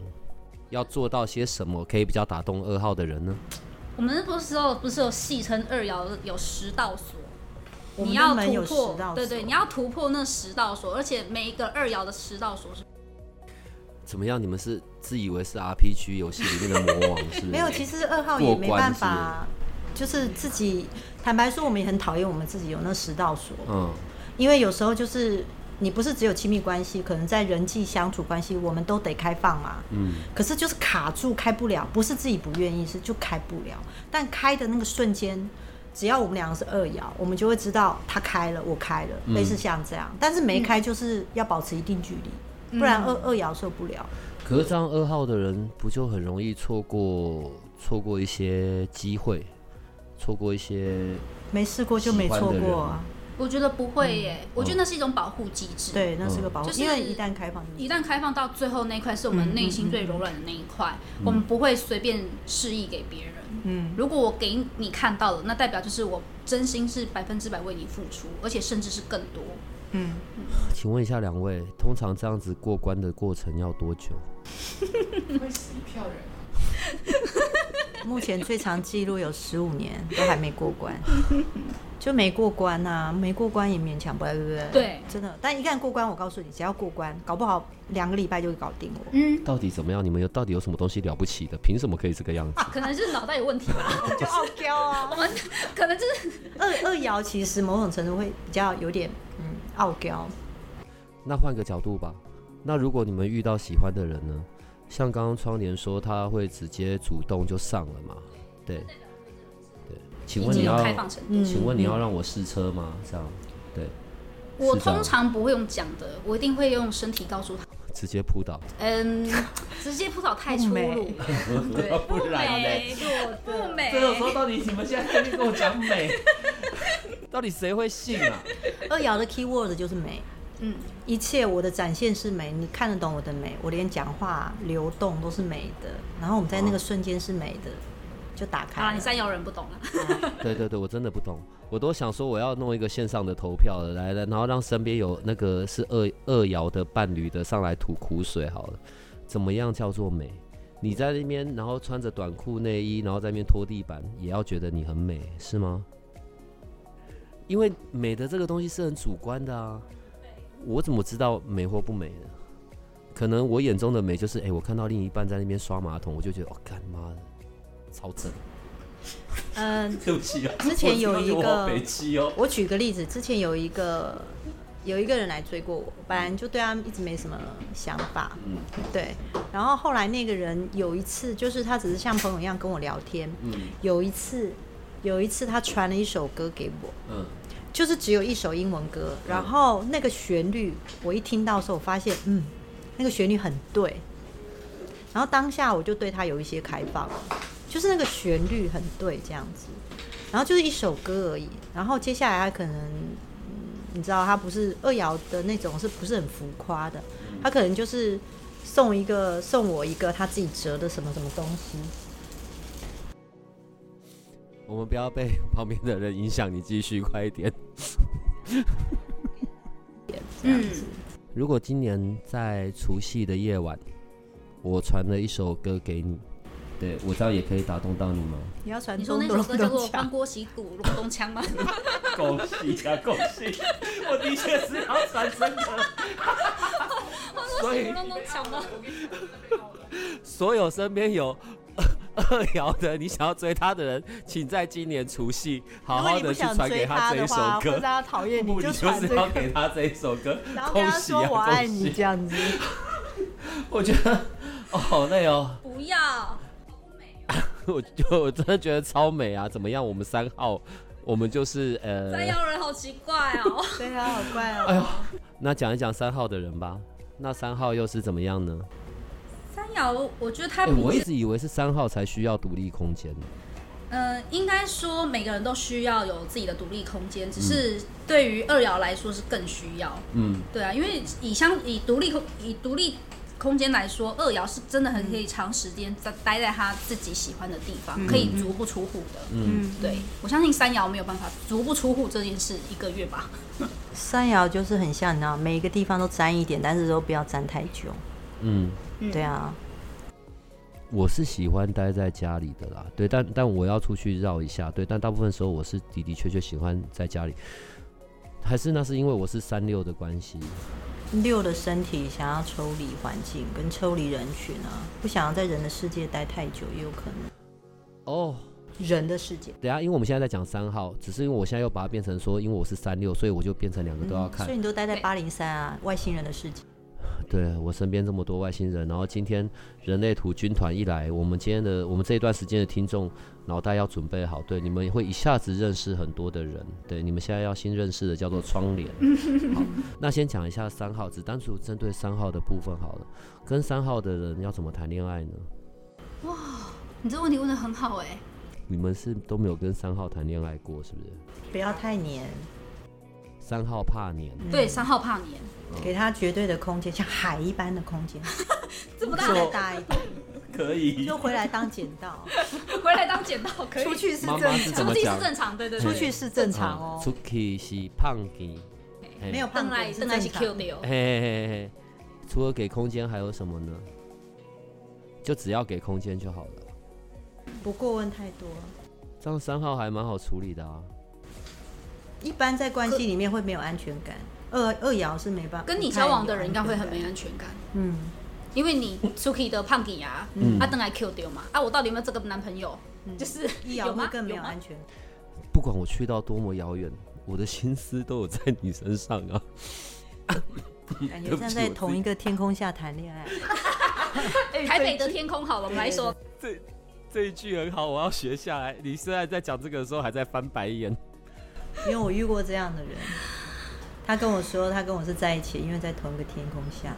Speaker 1: 要做到些什么可以比较打动二号的人呢？
Speaker 3: 我们那时候不是有戏称二爻有十道锁，
Speaker 2: 我们
Speaker 3: 你要
Speaker 2: 的门
Speaker 3: 突
Speaker 2: 有十
Speaker 3: 破，
Speaker 2: 道
Speaker 3: 对对，
Speaker 2: 锁
Speaker 3: 你要突破那十道锁，而且每一个二爻的十道锁是，
Speaker 1: 怎么样？你们是自以为是 RPG 游戏里面的魔王是不是？
Speaker 2: 没有，其实二号也没办法，就是自己坦白说，我们也很讨厌我们自己有那十道锁，
Speaker 1: 嗯，
Speaker 2: 因为有时候就是你不是只有亲密关系，可能在人际相处关系，我们都得开放嘛。
Speaker 1: 嗯，
Speaker 2: 可是就是卡住开不了，不是自己不愿意，是就开不了。但开的那个瞬间，只要我们两个是二爻，我们就会知道他开了，我开了，类似像这样。但是没开就是要保持一定距离，不然二二爻受不了。
Speaker 1: 可是这样二号的人不就很容易错过错过一些机会，错过一些
Speaker 2: 没试过就没错过啊。
Speaker 3: 我觉得不会耶，我觉得那是一种保护机制。，
Speaker 2: 嗯对，那是个保护，
Speaker 3: 就是
Speaker 2: 因为一旦开放
Speaker 3: 一旦开放到最后那一块是我们内心最柔软的那一块，我们不会随便示意给别人。
Speaker 2: 嗯，
Speaker 3: 如果我给你看到了，那代表就是我真心是百分之百为你付出，而且甚至是更多。
Speaker 2: 嗯，
Speaker 1: 请问一下两位，通常这样子过关的过程要多久？
Speaker 4: 会死一票人啊！
Speaker 2: 目前最长记录有十五年都还没过关，就没过关呐、啊，没过关也勉强不来，对不对？
Speaker 3: 对
Speaker 2: 真的。但一旦过关，我告诉你，只要过关，搞不好两个礼拜就搞定我。
Speaker 3: 嗯，
Speaker 1: 到底怎么样？你们有到底有什么东西了不起的？凭什么可以这个样子？
Speaker 3: 啊可能就是脑袋有问题吧，
Speaker 2: 就傲娇啊
Speaker 3: 我。们 可能就是
Speaker 2: 二二爻其实某种程度会比较有点嗯傲娇，
Speaker 1: 那换个角度吧。那如果你们遇到喜欢的人呢？像刚刚窗帘说，他会直接主动就上了嘛？对，对。请
Speaker 3: 已
Speaker 1: 问
Speaker 3: 经
Speaker 1: 你
Speaker 3: 有
Speaker 1: 要，
Speaker 3: 开放程度。嗯
Speaker 1: 请问你要让我试车吗？这样，对，
Speaker 3: 我
Speaker 1: 是这样
Speaker 3: 通常不会用讲的，我一定会用身体告诉他。
Speaker 1: 直接扑倒。
Speaker 3: 嗯，直接扑倒太粗鲁了，对，
Speaker 5: 不然
Speaker 3: 美，不美，
Speaker 5: 这种时候到底你们现在在那边跟我讲美，到底谁会信啊？
Speaker 2: 二爻的 key word 就是美，
Speaker 3: 嗯，
Speaker 2: 一切我的展现是美，你看得懂我的美，我连讲话流动都是美的，然后我们在那个瞬间是美的，就打
Speaker 3: 好啦，
Speaker 2: 开
Speaker 3: 你
Speaker 2: 了。
Speaker 3: 三爻人不懂了，
Speaker 1: 对对对，我真的不懂，我都想说我要弄一个线上的投票了，来来，然后让身边有那个是二二爻的伴侣的上来吐苦水好了。怎么样叫做美？你在那边，然后穿着短裤内衣，然后在那边拖地板，也要觉得你很美是吗？因为美的这个东西是很主观的啊，我怎么知道美或不美呢？可能我眼中的美就是，哎、我看到另一半在那边刷马桶，我就觉得，哦，干妈的，超正。
Speaker 2: 嗯，
Speaker 5: 对不起啊，
Speaker 2: 之前有一个
Speaker 5: 我好北七哦，
Speaker 2: 我举个例子，之前有一个有一个人来追过我，本来就对他一直没什么想法，
Speaker 5: 嗯
Speaker 2: 对，然后后来那个人有一次，就是他只是像朋友一样跟我聊天，
Speaker 5: 嗯
Speaker 2: 有一次有一次他传了一首歌给我，
Speaker 5: 嗯，
Speaker 2: 就是只有一首英文歌，
Speaker 1: 嗯
Speaker 2: 然后那个旋律我一听到的时候，我发现嗯，那个旋律很对，然后当下我就对他有一些开放了，就是那个旋律很对这样子，然后就是一首歌而已，然后接下来他可能。嗯你知道他不是二爻的那种，是不是很浮夸的？
Speaker 1: 嗯
Speaker 2: 他可能就是送一个送我一个他自己折的什么什么东西，
Speaker 1: 我们不要被 旁边的人影响，你继续快一点。
Speaker 2: 这样子。
Speaker 1: 如果今年在除夕的夜晚，我传了一首歌给你，对我这样也可以打动到你吗？
Speaker 2: 你要传
Speaker 3: 你说那
Speaker 2: 中
Speaker 3: 首
Speaker 2: 咚咚
Speaker 3: 歌叫做
Speaker 2: 咚
Speaker 3: 《翻
Speaker 2: 锵，
Speaker 3: 锅洗骨隆咚锵》吗？
Speaker 5: 恭喜啊恭喜！我的确是要传真的，
Speaker 3: 翻锅洗骨隆咚锵吗？
Speaker 1: 所有身边有 二爻的，你想要追他的人，请在今年除夕好 好
Speaker 2: 如果你不
Speaker 1: 的去
Speaker 2: 想
Speaker 1: 传
Speaker 2: 追
Speaker 1: 给他这
Speaker 2: 的
Speaker 1: 一首
Speaker 2: 话，或者
Speaker 1: 歌。
Speaker 2: 他讨厌
Speaker 5: 目
Speaker 2: 你，
Speaker 5: 的就
Speaker 2: 传这
Speaker 5: 是要
Speaker 2: 个，
Speaker 5: 给他这一首歌，
Speaker 2: 然后跟
Speaker 5: 恭
Speaker 2: 他
Speaker 5: 喜
Speaker 2: 说
Speaker 5: 啊
Speaker 2: 我爱
Speaker 5: 恭
Speaker 2: 你
Speaker 5: 喜
Speaker 2: 这！样子。
Speaker 5: 我觉得哦好累哦，
Speaker 3: 不要，
Speaker 1: 我就我真的觉得超美啊！怎么样？我们三号，我们就是呃，
Speaker 3: 三爻人好奇怪哦。
Speaker 2: 对啊，好怪哦、
Speaker 1: 哎呦，那讲一讲三号的人吧。那三号又是怎么样呢？
Speaker 3: 三爻，我觉得他
Speaker 1: 哎、
Speaker 3: 不
Speaker 1: 我一
Speaker 3: 是，
Speaker 1: 直以为是三号才需要独立空间呢。
Speaker 3: 呃，应该说每个人都需要有自己的独立空间，只
Speaker 2: 嗯
Speaker 3: 是对于二爻来说是更需要。
Speaker 1: 嗯，
Speaker 3: 对啊，因为以相以独立空以独立空间来说，二爻是真的很可以长时间在待在他自己喜欢的地方，可以足不出户的。
Speaker 2: 嗯，
Speaker 3: 对，我相信三爻没有办法足不出户这件事一个月吧。
Speaker 2: 三爻就是很像，你知道，每一个地方都沾一点，但是都不要沾太久。
Speaker 1: 嗯，
Speaker 3: 嗯
Speaker 2: 对，啊，
Speaker 1: 我是喜欢待在家里的啦，对，但但我要出去绕一下，对，但大部分时候我是的的确确喜欢在家里，还是那是因为我是三六的关系，
Speaker 2: 六的身体想要抽离环境，跟抽离人群啊，不想要在人的世界待太久，也有可能
Speaker 1: 哦，
Speaker 2: 人的世界。
Speaker 1: 等一下，因为我们现在在讲三号，只是因为我现在又把它变成说，因为我是三六，所以我就变成两个都要看
Speaker 2: 嗯所以，你都待在
Speaker 3: 对
Speaker 2: 八零三啊，外星人的世界。
Speaker 1: 对我身边这么多外星人，然后今天人类图军团一来，我们今天的我们这一段时间的听众脑袋要准备好，对，你们会一下子认识很多的人，对，你们现在要新认识的叫做窗帘。好，那先讲一下三号，只单纯针对三号的部分好了，跟三号的人要怎么谈恋爱呢？
Speaker 3: 你这问题问的很好哎、
Speaker 1: 你们是都没有跟三号谈恋爱过，是不是？
Speaker 2: 不要太黏，嗯
Speaker 1: 三号怕黏，
Speaker 3: 对，三号怕年，
Speaker 2: 给他绝对的空间，像海一般的空间，
Speaker 3: 这么大
Speaker 2: 再 大一点，
Speaker 5: 可以
Speaker 2: 就回来当剪刀，
Speaker 3: 回来当 剪刀可以，
Speaker 2: 出去是
Speaker 1: 妈
Speaker 2: 正
Speaker 1: 妈是怎
Speaker 2: 常
Speaker 1: 么，
Speaker 3: 出去
Speaker 1: 讲
Speaker 3: 是正常，对对
Speaker 2: 出
Speaker 3: 对，
Speaker 2: 去是正常哦，
Speaker 1: 啊出去是胖给，嘿
Speaker 2: 没有
Speaker 3: 邓
Speaker 2: 胖
Speaker 3: 来
Speaker 2: 来
Speaker 3: 邓
Speaker 2: 是
Speaker 3: 来
Speaker 2: 正
Speaker 3: 是 Q
Speaker 2: 常。
Speaker 3: 的哦
Speaker 1: 嘿，嘿嘿嘿，除了给空间还有什么呢？就只要给空间就好了。
Speaker 2: 不过问太多，
Speaker 1: 这样三号还蛮好处理的啊。
Speaker 2: 一般在关系里面会没有安全感。二二爻是没办法，
Speaker 3: 跟你
Speaker 2: 不太有
Speaker 3: 交往的人应该会很
Speaker 2: 安全
Speaker 3: 没安全感。
Speaker 2: 感嗯，
Speaker 3: 因为你 Suki 的胖底牙，
Speaker 1: 嗯
Speaker 3: 啊，邓来 Q 丢嘛，啊，我到底有没有这个男朋友？就是
Speaker 2: 嗯一
Speaker 3: 有
Speaker 2: 爻
Speaker 3: 吗
Speaker 2: 会更没有
Speaker 3: 吗
Speaker 2: 安全感。
Speaker 1: 不管我去到多么遥远，我的心思都有在你身上啊。
Speaker 2: 感觉
Speaker 1: 对不
Speaker 2: 像
Speaker 1: 起
Speaker 2: 在
Speaker 1: 我自
Speaker 2: 同
Speaker 1: 己
Speaker 2: 一个天空下谈恋爱。
Speaker 3: 哎
Speaker 2: 哎
Speaker 3: 台北的天空好了，我们来说，
Speaker 1: 这 这一句很好，我要学下来。你现在在讲这个的时候还在翻白眼，
Speaker 2: 因为我遇过这样的人，他跟我说他跟我是在一起，因为在同一个天空下。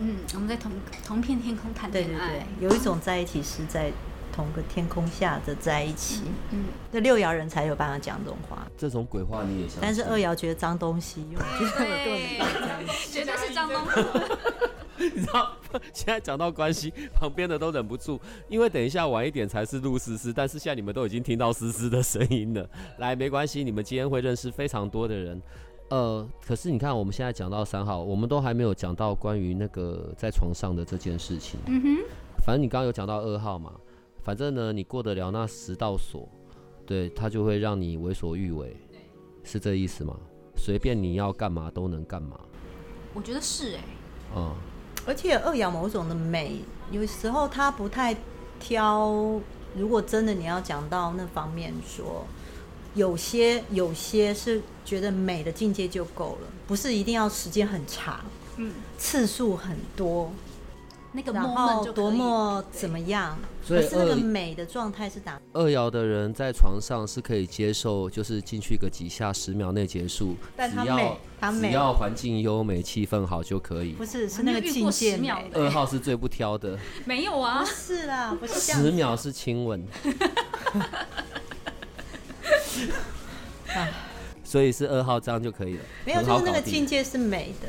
Speaker 3: 嗯，我们在同同片天空谈
Speaker 2: 对
Speaker 3: 恋
Speaker 2: 对
Speaker 3: 爱
Speaker 2: 对，，有一种在一起是在同个天空下的在一起，
Speaker 3: 嗯，
Speaker 2: 那六爻人才有办法讲这种话。
Speaker 1: 这种鬼话你也相信？
Speaker 2: 但是二爻觉得脏东西，因为我觉得我根本没办法这样子。
Speaker 3: 绝对是哦 张东鹏，
Speaker 1: 你知道，现在讲到关系，旁边的都忍不住，因为等一下晚一点才是录思思，但是现在你们都已经听到思思的声音了。来，没关系，你们今天会认识非常多的人。 呃，可是你看，我们现在讲到三号，我们都还没有讲到关于那个在床上的这件事情。
Speaker 3: 嗯哼，
Speaker 1: 反正你刚刚有讲到二号嘛，反正呢，你过得了那十道锁，对他就会让你为所欲为，是这意思吗？随便你要干嘛都能干嘛，
Speaker 3: 我觉得是哎、
Speaker 1: 嗯。
Speaker 2: 而且二爻某种的美，有时候它不太挑。如果真的你要讲到那方面说，有些有些是觉得美的境界就够了，不是一定要时间很长，
Speaker 3: 嗯，
Speaker 2: 次数很多，
Speaker 3: 那个
Speaker 2: 然
Speaker 3: moment
Speaker 2: 后
Speaker 3: 就可以
Speaker 2: 多么怎么
Speaker 3: 对
Speaker 2: 样，
Speaker 1: 所以
Speaker 2: 可是那
Speaker 1: 二
Speaker 2: 个美的状态是打
Speaker 1: 二爻的人在床上是可以接受，就是进去个几下，十秒内结束，
Speaker 2: 但
Speaker 1: 只
Speaker 2: 他
Speaker 1: 要
Speaker 2: 美他
Speaker 1: 只
Speaker 2: 美
Speaker 1: 要环境优美、气氛好就可以
Speaker 2: 不。是是
Speaker 3: 我没
Speaker 2: 那
Speaker 3: 有
Speaker 2: 个
Speaker 3: 遇
Speaker 2: 境
Speaker 3: 过
Speaker 2: 界
Speaker 3: 10秒
Speaker 2: 美，
Speaker 3: 的
Speaker 1: 二号是最不挑的，
Speaker 3: 没有啊
Speaker 2: 不，是啦，不是这样
Speaker 1: 十
Speaker 2: 子
Speaker 1: 秒是亲 吻。所以是二号这样就可以了，
Speaker 2: 没有，
Speaker 1: 很
Speaker 2: 就
Speaker 1: 好
Speaker 2: 是那
Speaker 1: 搞
Speaker 2: 个
Speaker 1: 定
Speaker 2: 境界是美的，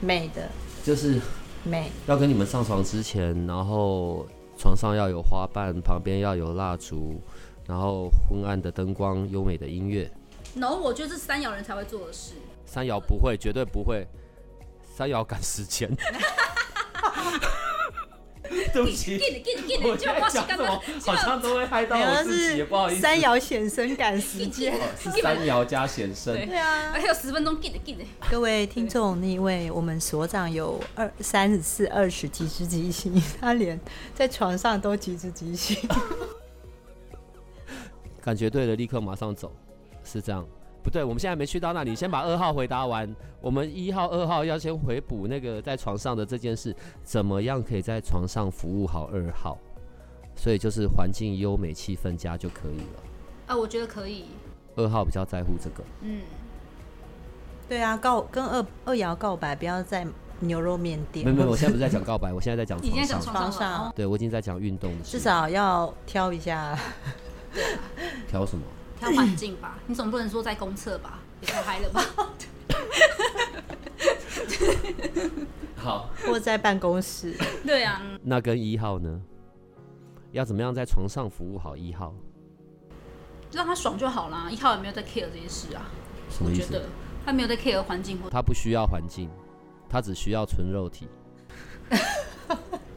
Speaker 2: 美的
Speaker 1: 就是
Speaker 2: 美。
Speaker 1: 要跟你们上床之前，然后床上要有花瓣，旁边要有蜡烛，然后昏暗的灯光、优美的音乐，
Speaker 3: 然后我觉得这是三爻人才会做的事，
Speaker 1: 三爻不会，绝对不会。三爻赶时间，
Speaker 5: 对不起，
Speaker 3: 给你给你给
Speaker 5: 我
Speaker 3: 你，就
Speaker 5: 现在
Speaker 3: 我是
Speaker 5: 讲
Speaker 3: 刚
Speaker 5: 什么
Speaker 3: 刚
Speaker 5: 好像都会害到
Speaker 2: 没有
Speaker 5: 我自己，
Speaker 2: 是
Speaker 5: 不好意思。
Speaker 2: 三爻显身赶时间。
Speaker 1: 哦是三爻加显身
Speaker 3: 对。
Speaker 2: 对啊，
Speaker 3: 还有十分钟给你给你，
Speaker 2: 各位听众，因为我们所长有二三十四、二十几只极星，他连在床上都几只极星。
Speaker 1: 感觉对了，立刻马上走，是这样。不对，我们现在没去到那里，先把二号回答完。我们一号、二号要先回补那个在床上的这件事，怎么样可以在床上服务好二号？所以就是环境优美、气氛佳就可以了。
Speaker 3: 啊，我觉得可以，
Speaker 1: 二号比较在乎这个，
Speaker 3: 嗯，
Speaker 2: 对啊，告跟二二爻告白，不要在牛肉面店。
Speaker 1: 没有没有，我现在不是在讲告白，我现在在讲
Speaker 3: 你现
Speaker 1: 床
Speaker 3: 在讲
Speaker 1: 上。
Speaker 3: 床啊
Speaker 2: 床
Speaker 3: 上了
Speaker 5: 啊
Speaker 2: 上啊
Speaker 1: 对，我已经在讲运动的事。
Speaker 2: 至少要挑一 下。
Speaker 1: 挑什么？
Speaker 3: 哦挑环境吧， 你总不能说在公厕吧，也太嗨了吧，
Speaker 1: 好，
Speaker 2: 或在办公室，
Speaker 3: 对啊，嗯
Speaker 1: 那跟一号呢？要怎么样在床上服务好一号？
Speaker 3: 让他爽就好啦，一号也没有在 care 这件事啊，
Speaker 1: 什
Speaker 3: 我
Speaker 1: 么意
Speaker 3: 觉
Speaker 1: 思
Speaker 3: 得？他没有在 care 环境或
Speaker 1: 他不需要环境，他只需要纯肉 体，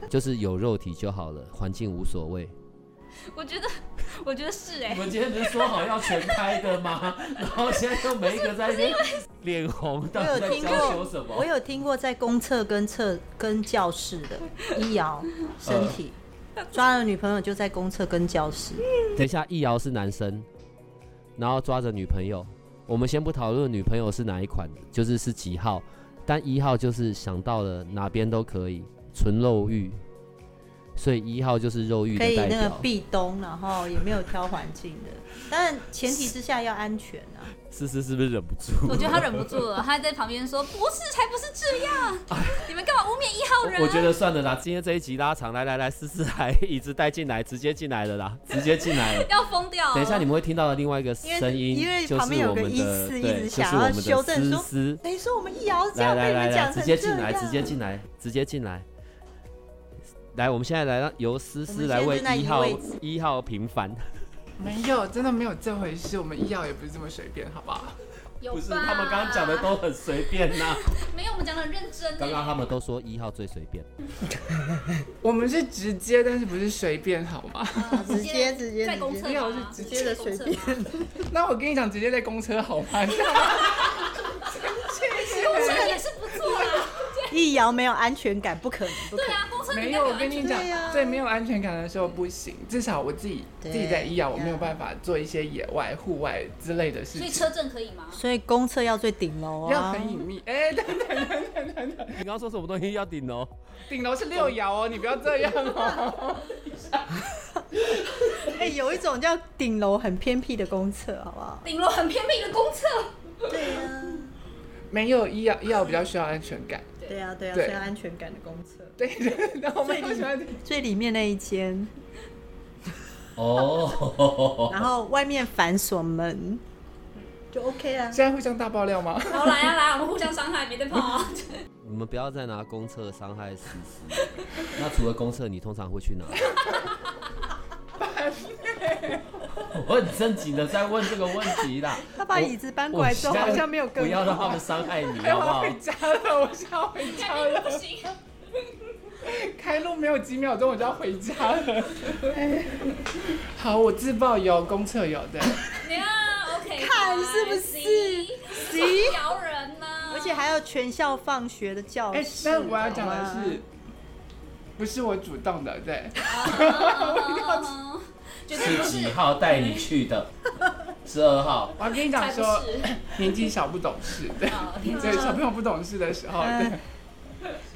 Speaker 1: 就是有肉体就好了，环境无所谓。
Speaker 3: 我觉得， 我觉得是哎、
Speaker 5: 我们今天不是说好要全开的吗？然后现在又没一个在那边
Speaker 1: 脸红
Speaker 2: 我
Speaker 5: 到
Speaker 2: 有
Speaker 5: 底在
Speaker 2: 听
Speaker 5: 要求什
Speaker 2: 过，我
Speaker 5: 么？
Speaker 2: 有听过在公厕跟厕跟教室的一爻身体、
Speaker 1: 呃
Speaker 2: 抓了女朋友就在公厕跟教室，
Speaker 1: 等一下，易遥是男生，然后抓着女朋友。我们先不讨论女朋友是哪一款，就是是几号，但一号就是想到了哪边都可以，纯肉欲，所以一号就是肉欲
Speaker 2: 可
Speaker 1: 的
Speaker 2: 以
Speaker 1: 代
Speaker 2: 那个
Speaker 1: 表。
Speaker 2: 壁咚，然后也没有挑环境的，但前提之下要安全啊。
Speaker 1: 思思是不是忍不住？
Speaker 3: 我觉得他忍不住了，他还在旁边说：“不是，才不是这样，你们干嘛污蔑一号 人？”
Speaker 1: 我觉得算了啦，今天这一集拉长，来来来，思思还椅子带进来，直接进来了啦，直接进来了。
Speaker 3: 要疯掉了。
Speaker 1: 等一下你们会听到的另外一个
Speaker 2: 因为
Speaker 1: 声音，
Speaker 2: 哦因为
Speaker 1: 就是
Speaker 2: 旁边有
Speaker 1: 我
Speaker 2: 个
Speaker 1: 们
Speaker 2: 一
Speaker 1: 的
Speaker 2: 四一
Speaker 1: 对，
Speaker 2: 直
Speaker 1: 就是
Speaker 2: 想
Speaker 1: 我
Speaker 2: 要
Speaker 1: 们的
Speaker 2: 修正
Speaker 1: 思
Speaker 2: 说
Speaker 1: 思，
Speaker 2: 等于说我们一爻这
Speaker 1: 来
Speaker 2: 样被
Speaker 1: 来
Speaker 2: 你
Speaker 1: 来
Speaker 2: 们
Speaker 1: 来，
Speaker 2: 讲成
Speaker 1: 直
Speaker 2: 这
Speaker 1: 接
Speaker 2: 样，
Speaker 1: 进来，直接进来，直接进来。来，我们现在来让由思
Speaker 2: 我
Speaker 1: 思
Speaker 2: 们
Speaker 1: 来
Speaker 2: 现在
Speaker 1: 为
Speaker 2: 就在
Speaker 1: 一
Speaker 2: 移
Speaker 1: 号
Speaker 2: 位置
Speaker 1: 一号平反，
Speaker 4: 没有，真的没有这回事。我们医药也不是这么随便，好不好？
Speaker 3: 有
Speaker 5: 不是，
Speaker 3: 吧
Speaker 5: 他们刚刚讲的都很随便呐、
Speaker 3: 没有，我们讲的很认真欸。
Speaker 1: 刚刚他们都说一号最随便，
Speaker 4: 我们是直接，但是不是随便，好吗？
Speaker 3: 呃
Speaker 2: 直接直接
Speaker 3: 在公厕
Speaker 2: 直接
Speaker 3: 吗
Speaker 4: 我是直
Speaker 2: 接的随便
Speaker 3: 在公厕吗
Speaker 4: 那我跟你讲，直接在公车好吗？你知道吗
Speaker 3: 公厕也是不错啦。
Speaker 2: 一爻没有安全感，不可能，不可
Speaker 3: 对
Speaker 2: 能。
Speaker 3: 啊，公厕里
Speaker 4: 没
Speaker 3: 面
Speaker 4: 有，我
Speaker 3: 安
Speaker 4: 跟你
Speaker 3: 全
Speaker 4: 讲
Speaker 2: 对啊，
Speaker 4: 最没有安全感的时候不行。至少我自己
Speaker 2: 对
Speaker 4: 自己在医药，我没有
Speaker 2: 呀
Speaker 4: 办法做一些野外、户外之类的事
Speaker 3: 所以
Speaker 4: 情，
Speaker 3: 车震可以吗？
Speaker 2: 所以公厕要最顶楼
Speaker 4: 要
Speaker 2: 啊，
Speaker 4: 很隐秘。哎， 等等等等等等，
Speaker 1: 你刚刚说什么东西要顶哦？
Speaker 4: 顶楼是六爻哦，你不要这样 哦。
Speaker 2: 哎、有一种叫顶楼很偏僻的公厕，好不好？
Speaker 3: 顶楼很偏僻的公厕，
Speaker 2: 对啊。
Speaker 4: 没有医药，医药比较需要安全感。
Speaker 3: 对
Speaker 2: 对啊，对啊，
Speaker 4: 对
Speaker 2: 最安全感的公厕，
Speaker 4: 对， 然后我们都喜欢听
Speaker 2: 最里面那一间，
Speaker 5: 哦，
Speaker 2: 然后外面反锁门，就 OK 啊。
Speaker 4: 现在会像大爆料吗？
Speaker 3: 好来啊来啊，我们互相伤害，没得跑 啊。
Speaker 1: 你们不要再拿公厕伤害实施。那除了公厕，你通常会去哪？
Speaker 5: 我很正经的在问这个问题啦。
Speaker 2: 他把椅子搬过来之
Speaker 1: 哦
Speaker 2: 后，
Speaker 5: 我
Speaker 2: 好像没有更
Speaker 5: 不要让他们伤害你，
Speaker 4: 哎，
Speaker 5: 好 不好？
Speaker 4: 我要 回家了，我想要回家了。
Speaker 3: 行，
Speaker 4: 开路没有几秒钟我就要回家了。哎好，我自爆有，公厕有的。
Speaker 3: 你看 OK，
Speaker 2: 看是不是
Speaker 3: 行，摇人啊呢、
Speaker 2: 而且还有全校放学的教
Speaker 4: 哎、
Speaker 2: 室。
Speaker 4: 但我要讲的
Speaker 2: 好吗
Speaker 4: 是，不是我主动的，对，
Speaker 3: 嗯哦绝对
Speaker 5: 是
Speaker 3: 不
Speaker 5: 几
Speaker 3: 是。
Speaker 5: 号带你去的？十二号。
Speaker 4: 我要跟你
Speaker 3: 才
Speaker 4: 讲
Speaker 3: 不
Speaker 4: 说，
Speaker 3: 是，
Speaker 4: 年纪小不懂事，对，
Speaker 3: 哦天
Speaker 4: 对，小
Speaker 3: 啊！
Speaker 4: 朋友不懂事的时候，对
Speaker 2: 嗯。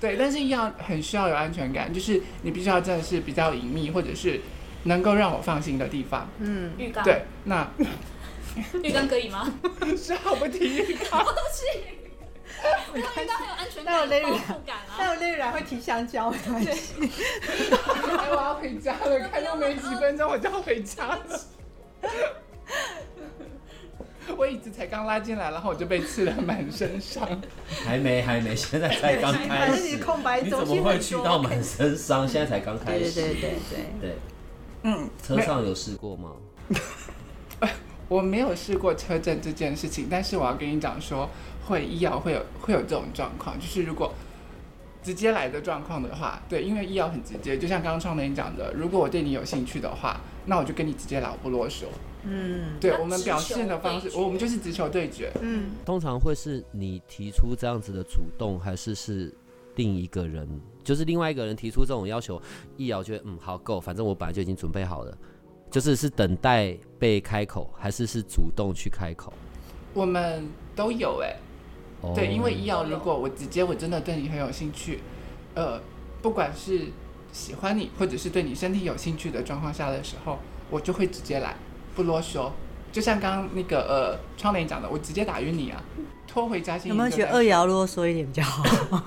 Speaker 4: 对，但是一样很需要有安全感，就是你必须要真的是比较隐秘，或者是能够让我放心的地方。
Speaker 2: 嗯，
Speaker 3: 浴缸，
Speaker 4: 对，那
Speaker 3: 浴缸可以 吗？
Speaker 4: 是好不提浴缸，
Speaker 3: 哦，对不起，那浴缸很有安全
Speaker 2: 那我
Speaker 3: 感、
Speaker 2: 勒
Speaker 3: 有
Speaker 2: 浴
Speaker 3: 包
Speaker 2: 缸
Speaker 3: 覆感啊。
Speaker 2: 但我仍然会提香蕉，没关系
Speaker 4: 哎，我要回家了，开路没几分钟我就要回 家了。我椅子才刚拉进来，然后我就被刺了满身伤。
Speaker 5: 还没，还没，现在才刚
Speaker 2: 反
Speaker 5: 开
Speaker 2: 正你
Speaker 5: 始
Speaker 2: 的。空白
Speaker 5: 哎你
Speaker 2: 中
Speaker 5: 怎
Speaker 2: 心
Speaker 5: 么
Speaker 2: 很
Speaker 5: 会去到
Speaker 2: 多。
Speaker 5: 满身伤？现在才刚开
Speaker 2: 对对
Speaker 5: 始。
Speaker 2: 对对对，
Speaker 5: 对
Speaker 4: 嗯，
Speaker 1: 车上有试过吗？
Speaker 4: 我没有试过车震这件事情，但是我要跟你讲说，会医疗会有会有这种状况，就是如果直接来的状况的话，对，因为医疗很直接，就像刚刚创林讲的，如果我对你有兴趣的话，那我就跟你直接来，我不啰嗦。
Speaker 2: 嗯
Speaker 4: 对
Speaker 3: 那
Speaker 4: 我们
Speaker 3: 直
Speaker 4: 表
Speaker 3: 球
Speaker 4: 现的方
Speaker 3: 对
Speaker 4: 式，
Speaker 3: 决
Speaker 4: 我们就是直球对决。
Speaker 2: 嗯，
Speaker 1: 通常会是你提出这样子的主动，还是是另一个人，就是另外一个人提出这种要求，易遥觉得嗯好够，反正我本来就已经准备好了，就是是等待被开口，还是是主动去开口？
Speaker 4: 我们都有哎、
Speaker 1: 哦
Speaker 4: 对，因为医药，
Speaker 3: 都有
Speaker 4: 如果我直接我真的对你很有兴趣，呃，不管是喜欢你或者是对你身体有兴趣的状况下的时候，我就会直接来，不啰嗦。就像刚刚那个呃窗帘讲的，我直接打晕你啊，拖回家先。
Speaker 2: 有没有觉得
Speaker 4: 哦
Speaker 2: 二？瑶啰嗦一点比较好？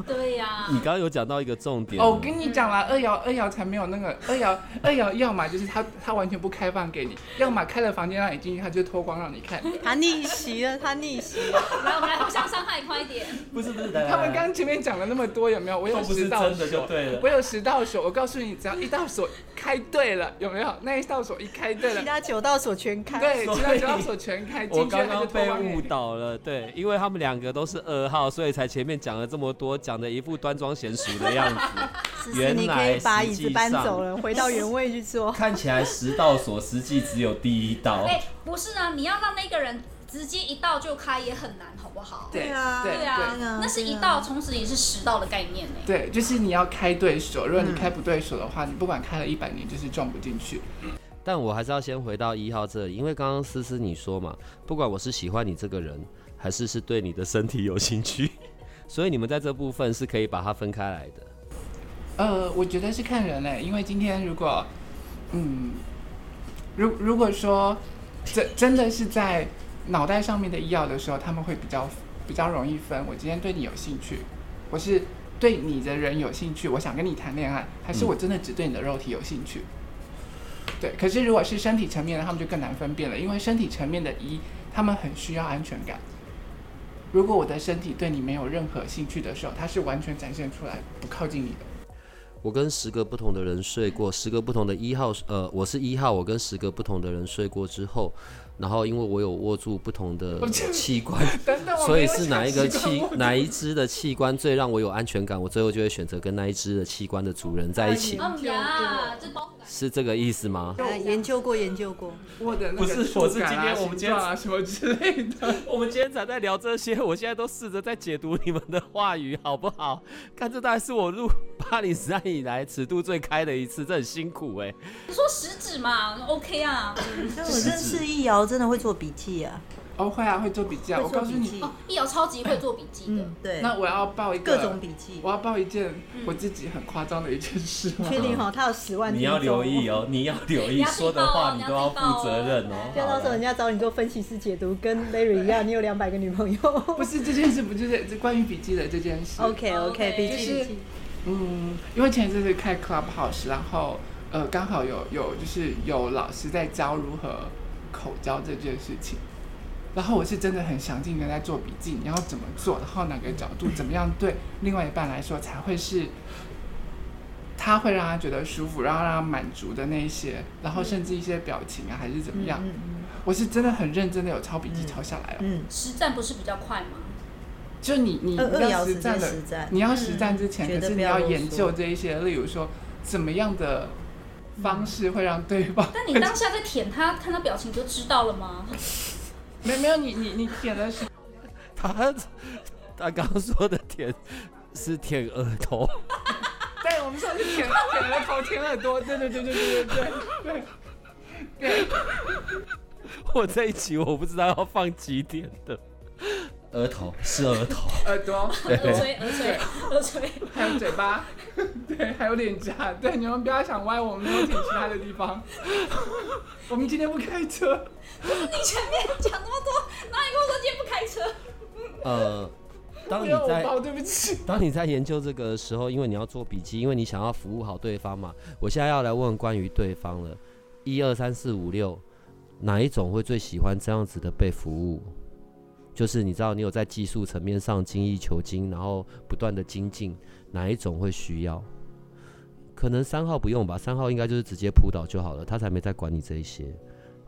Speaker 3: 对呀、
Speaker 1: 你刚刚有讲到一个重点，
Speaker 2: 啊
Speaker 4: 哦，我跟你讲啦，二瑶二瑶才没有那个二瑶二瑶，要么就是他他完全不开放给你，要么开了房间让你进去，他就脱光让你 看。
Speaker 2: 他逆袭了，他逆袭了。
Speaker 3: 来，我们来互相伤害，快一点。
Speaker 5: 不是不是，
Speaker 2: 啊
Speaker 4: 他
Speaker 5: 他
Speaker 4: 们刚前面讲了那么多，有没有？我有
Speaker 5: 都不是
Speaker 4: 十道
Speaker 5: 真的就
Speaker 4: 锁，
Speaker 5: 对了
Speaker 4: 我有十道锁。我告诉你，只要一道锁开对了，有没有？那一道锁一开对了
Speaker 2: 其，他九道锁全开。
Speaker 4: 对，
Speaker 5: 所以
Speaker 4: 其他九道锁全开，
Speaker 1: 我
Speaker 4: 进去
Speaker 1: 刚
Speaker 4: 他就
Speaker 1: 刚
Speaker 4: 脱
Speaker 1: 被
Speaker 4: 光给
Speaker 1: 误
Speaker 4: 你。
Speaker 1: 导了，对，因为他们两个都是二号，所以才前面讲了这么多，讲的一副端庄娴熟的 样子。
Speaker 2: 思
Speaker 5: 原
Speaker 2: 思，你可
Speaker 5: 来
Speaker 2: 以把
Speaker 5: 实
Speaker 2: 椅
Speaker 5: 际
Speaker 2: 子搬
Speaker 5: 上
Speaker 2: 走了，回到原位去坐。
Speaker 5: 看起来十道锁，实际只有第一道
Speaker 3: 哎、。不是啊，你要让那个人直接一道就开也很难，好不好？
Speaker 4: 对
Speaker 2: 对啊
Speaker 4: 对
Speaker 3: 对啊，
Speaker 2: 对啊
Speaker 3: 那是一道，同时也是十道的概念呢、
Speaker 4: 对对，就是你要开对锁，如果
Speaker 1: 嗯
Speaker 4: 你开不对锁的话，你不管开了一百年，就是撞不进去。
Speaker 1: 但我还是要先回到一号这里，因为刚刚思思你说嘛，不管我是喜欢你这个人，还是是对你的身体有兴趣， 所以你们在这部分是可以把它分开来的。
Speaker 4: 呃，我觉得是看人嘞、因为今天如果，嗯，如如果说真真的是在脑袋上面的医药的时候，他们会比较比较容易分。我今天对你有兴趣，我是对你的人有兴趣，我想跟你谈恋爱，还是我真的只对你的肉体有兴趣？对，可是如果是身体层面的，他们就更难分辨了，因为身体层面的一，他们很需要安全感。如果我的身体对你没有任何兴趣的时候，它是完全展现出来不靠近你的。
Speaker 1: 我跟十个不同的人睡过，十个不同的一号，呃，我是一号，我跟十个不同的人睡过之后，然后因为我有握住不同 的器官，
Speaker 4: 等等，我
Speaker 1: 所
Speaker 4: 没
Speaker 1: 以
Speaker 4: 有
Speaker 1: 是
Speaker 4: 想
Speaker 1: 哪一个
Speaker 4: 习惯
Speaker 1: 器
Speaker 4: 我
Speaker 1: 哪一只的器官最让我有安全感，我最后就会选择跟那一只的器官的主人在一 起，
Speaker 4: 哦
Speaker 3: 嗯呀，这包袱感。
Speaker 1: 是这个意思吗？
Speaker 2: 呃研究过，研究过。
Speaker 4: 我的那
Speaker 5: 不
Speaker 4: 个
Speaker 5: 是
Speaker 4: 触
Speaker 5: 我是
Speaker 4: 感
Speaker 5: 今
Speaker 4: 啊
Speaker 5: 天我们
Speaker 4: 形
Speaker 5: 今天
Speaker 4: 状啊什么之类的。
Speaker 1: 我们今天才在聊这些，我现在都试着在解读你们的话语，好不好？看这大概是我录八零时代以来尺度最开的一次，这很辛苦哎、
Speaker 3: 你说食指嘛，OK 啊，
Speaker 2: 嗯但我认识易瑶真的会做笔记啊，
Speaker 4: 哦，会啊，会做笔记啊。
Speaker 2: 会
Speaker 4: 我
Speaker 2: 做
Speaker 4: 告诉
Speaker 2: 笔
Speaker 4: 你，
Speaker 2: 记
Speaker 3: 哦，，易遥超级会做笔记的
Speaker 2: 嗯，，对，
Speaker 4: 那我要报一个
Speaker 2: 各种笔记嗯
Speaker 4: 我，要报一件我自己很夸张的一件事吗？
Speaker 2: 确定哈，他有十万，
Speaker 5: 你要留意，哦，你要留
Speaker 3: 你
Speaker 5: 意
Speaker 3: 要自己
Speaker 5: 说的
Speaker 3: 报哦
Speaker 5: 话，
Speaker 3: 你
Speaker 5: 你
Speaker 3: 要
Speaker 5: 都要
Speaker 3: 自己报哦
Speaker 5: 负责任哦。
Speaker 2: 不要到时候人
Speaker 5: 家
Speaker 2: 家找你做分析师解读，跟 Larry 一样，你有两百个女朋友。
Speaker 4: 不是这件事，不就是这关于笔记的这件事。
Speaker 2: OK OK，
Speaker 3: OK，
Speaker 2: 笔
Speaker 4: 就
Speaker 2: 记
Speaker 4: 是
Speaker 2: 笔记，
Speaker 4: 嗯，因为前阵子开 Clubhouse，然后呃，刚好有有就是有老师在教如何口交这件事情，然后我是真的很详尽的在做笔记，你要怎么做，然后哪个角度怎么样对另外一半来说才会是。他会让他觉得舒服，然后让他满足的那一些，然后甚至一些表情啊，还是怎么样，我是真的很认真的有抄笔记抄下来了。
Speaker 2: 嗯，
Speaker 3: 实战不是比较快 吗？
Speaker 4: 就你你
Speaker 2: 二二
Speaker 4: 要
Speaker 2: 爻
Speaker 4: 实
Speaker 2: 时
Speaker 4: 战
Speaker 2: 间
Speaker 4: 的
Speaker 2: 实战，
Speaker 4: 你要实战之
Speaker 2: 嗯
Speaker 4: 前，
Speaker 2: 觉
Speaker 4: 可
Speaker 2: 得
Speaker 4: 是
Speaker 2: 不
Speaker 4: 你
Speaker 2: 要
Speaker 4: 要
Speaker 2: 啰嗦
Speaker 4: 研究这一些，例如说怎么样的方式会让对方。
Speaker 3: 但你当下在舔他，看他表情就知道了吗？
Speaker 4: 没没有你你你舔的是
Speaker 1: 他他刚刚说的舔是舔额头，
Speaker 4: 对，哎我们上次舔舔了头，舔耳朵，对对对对对对对对。
Speaker 1: 我这一集我不知道要放几点的。额头是额头，
Speaker 4: 耳 朵，
Speaker 3: 耳垂，耳垂，耳垂。
Speaker 4: 还有嘴巴， 对，还有脸颊，对，你们不要想歪，我们没有舔其他的地方。 我们今天不开车，
Speaker 3: 你前面讲那么多，然后你跟我说今天不开车，
Speaker 1: 呃，当
Speaker 4: 没
Speaker 1: 你
Speaker 4: 有我
Speaker 1: 在
Speaker 4: 包，对不起。
Speaker 1: 当你在研究这个时候，因为你要做笔记，因为你想要服务好对方嘛。我现在要来问关于对方了，一二三四五六，哪一种会最喜欢这样子的被服务？就是你知道，你有在技术层面上精益求精，然后不断的精进，哪一种会需要？可能三号不用吧，三号应该就是直接扑倒就好了，他才没在管你这一些。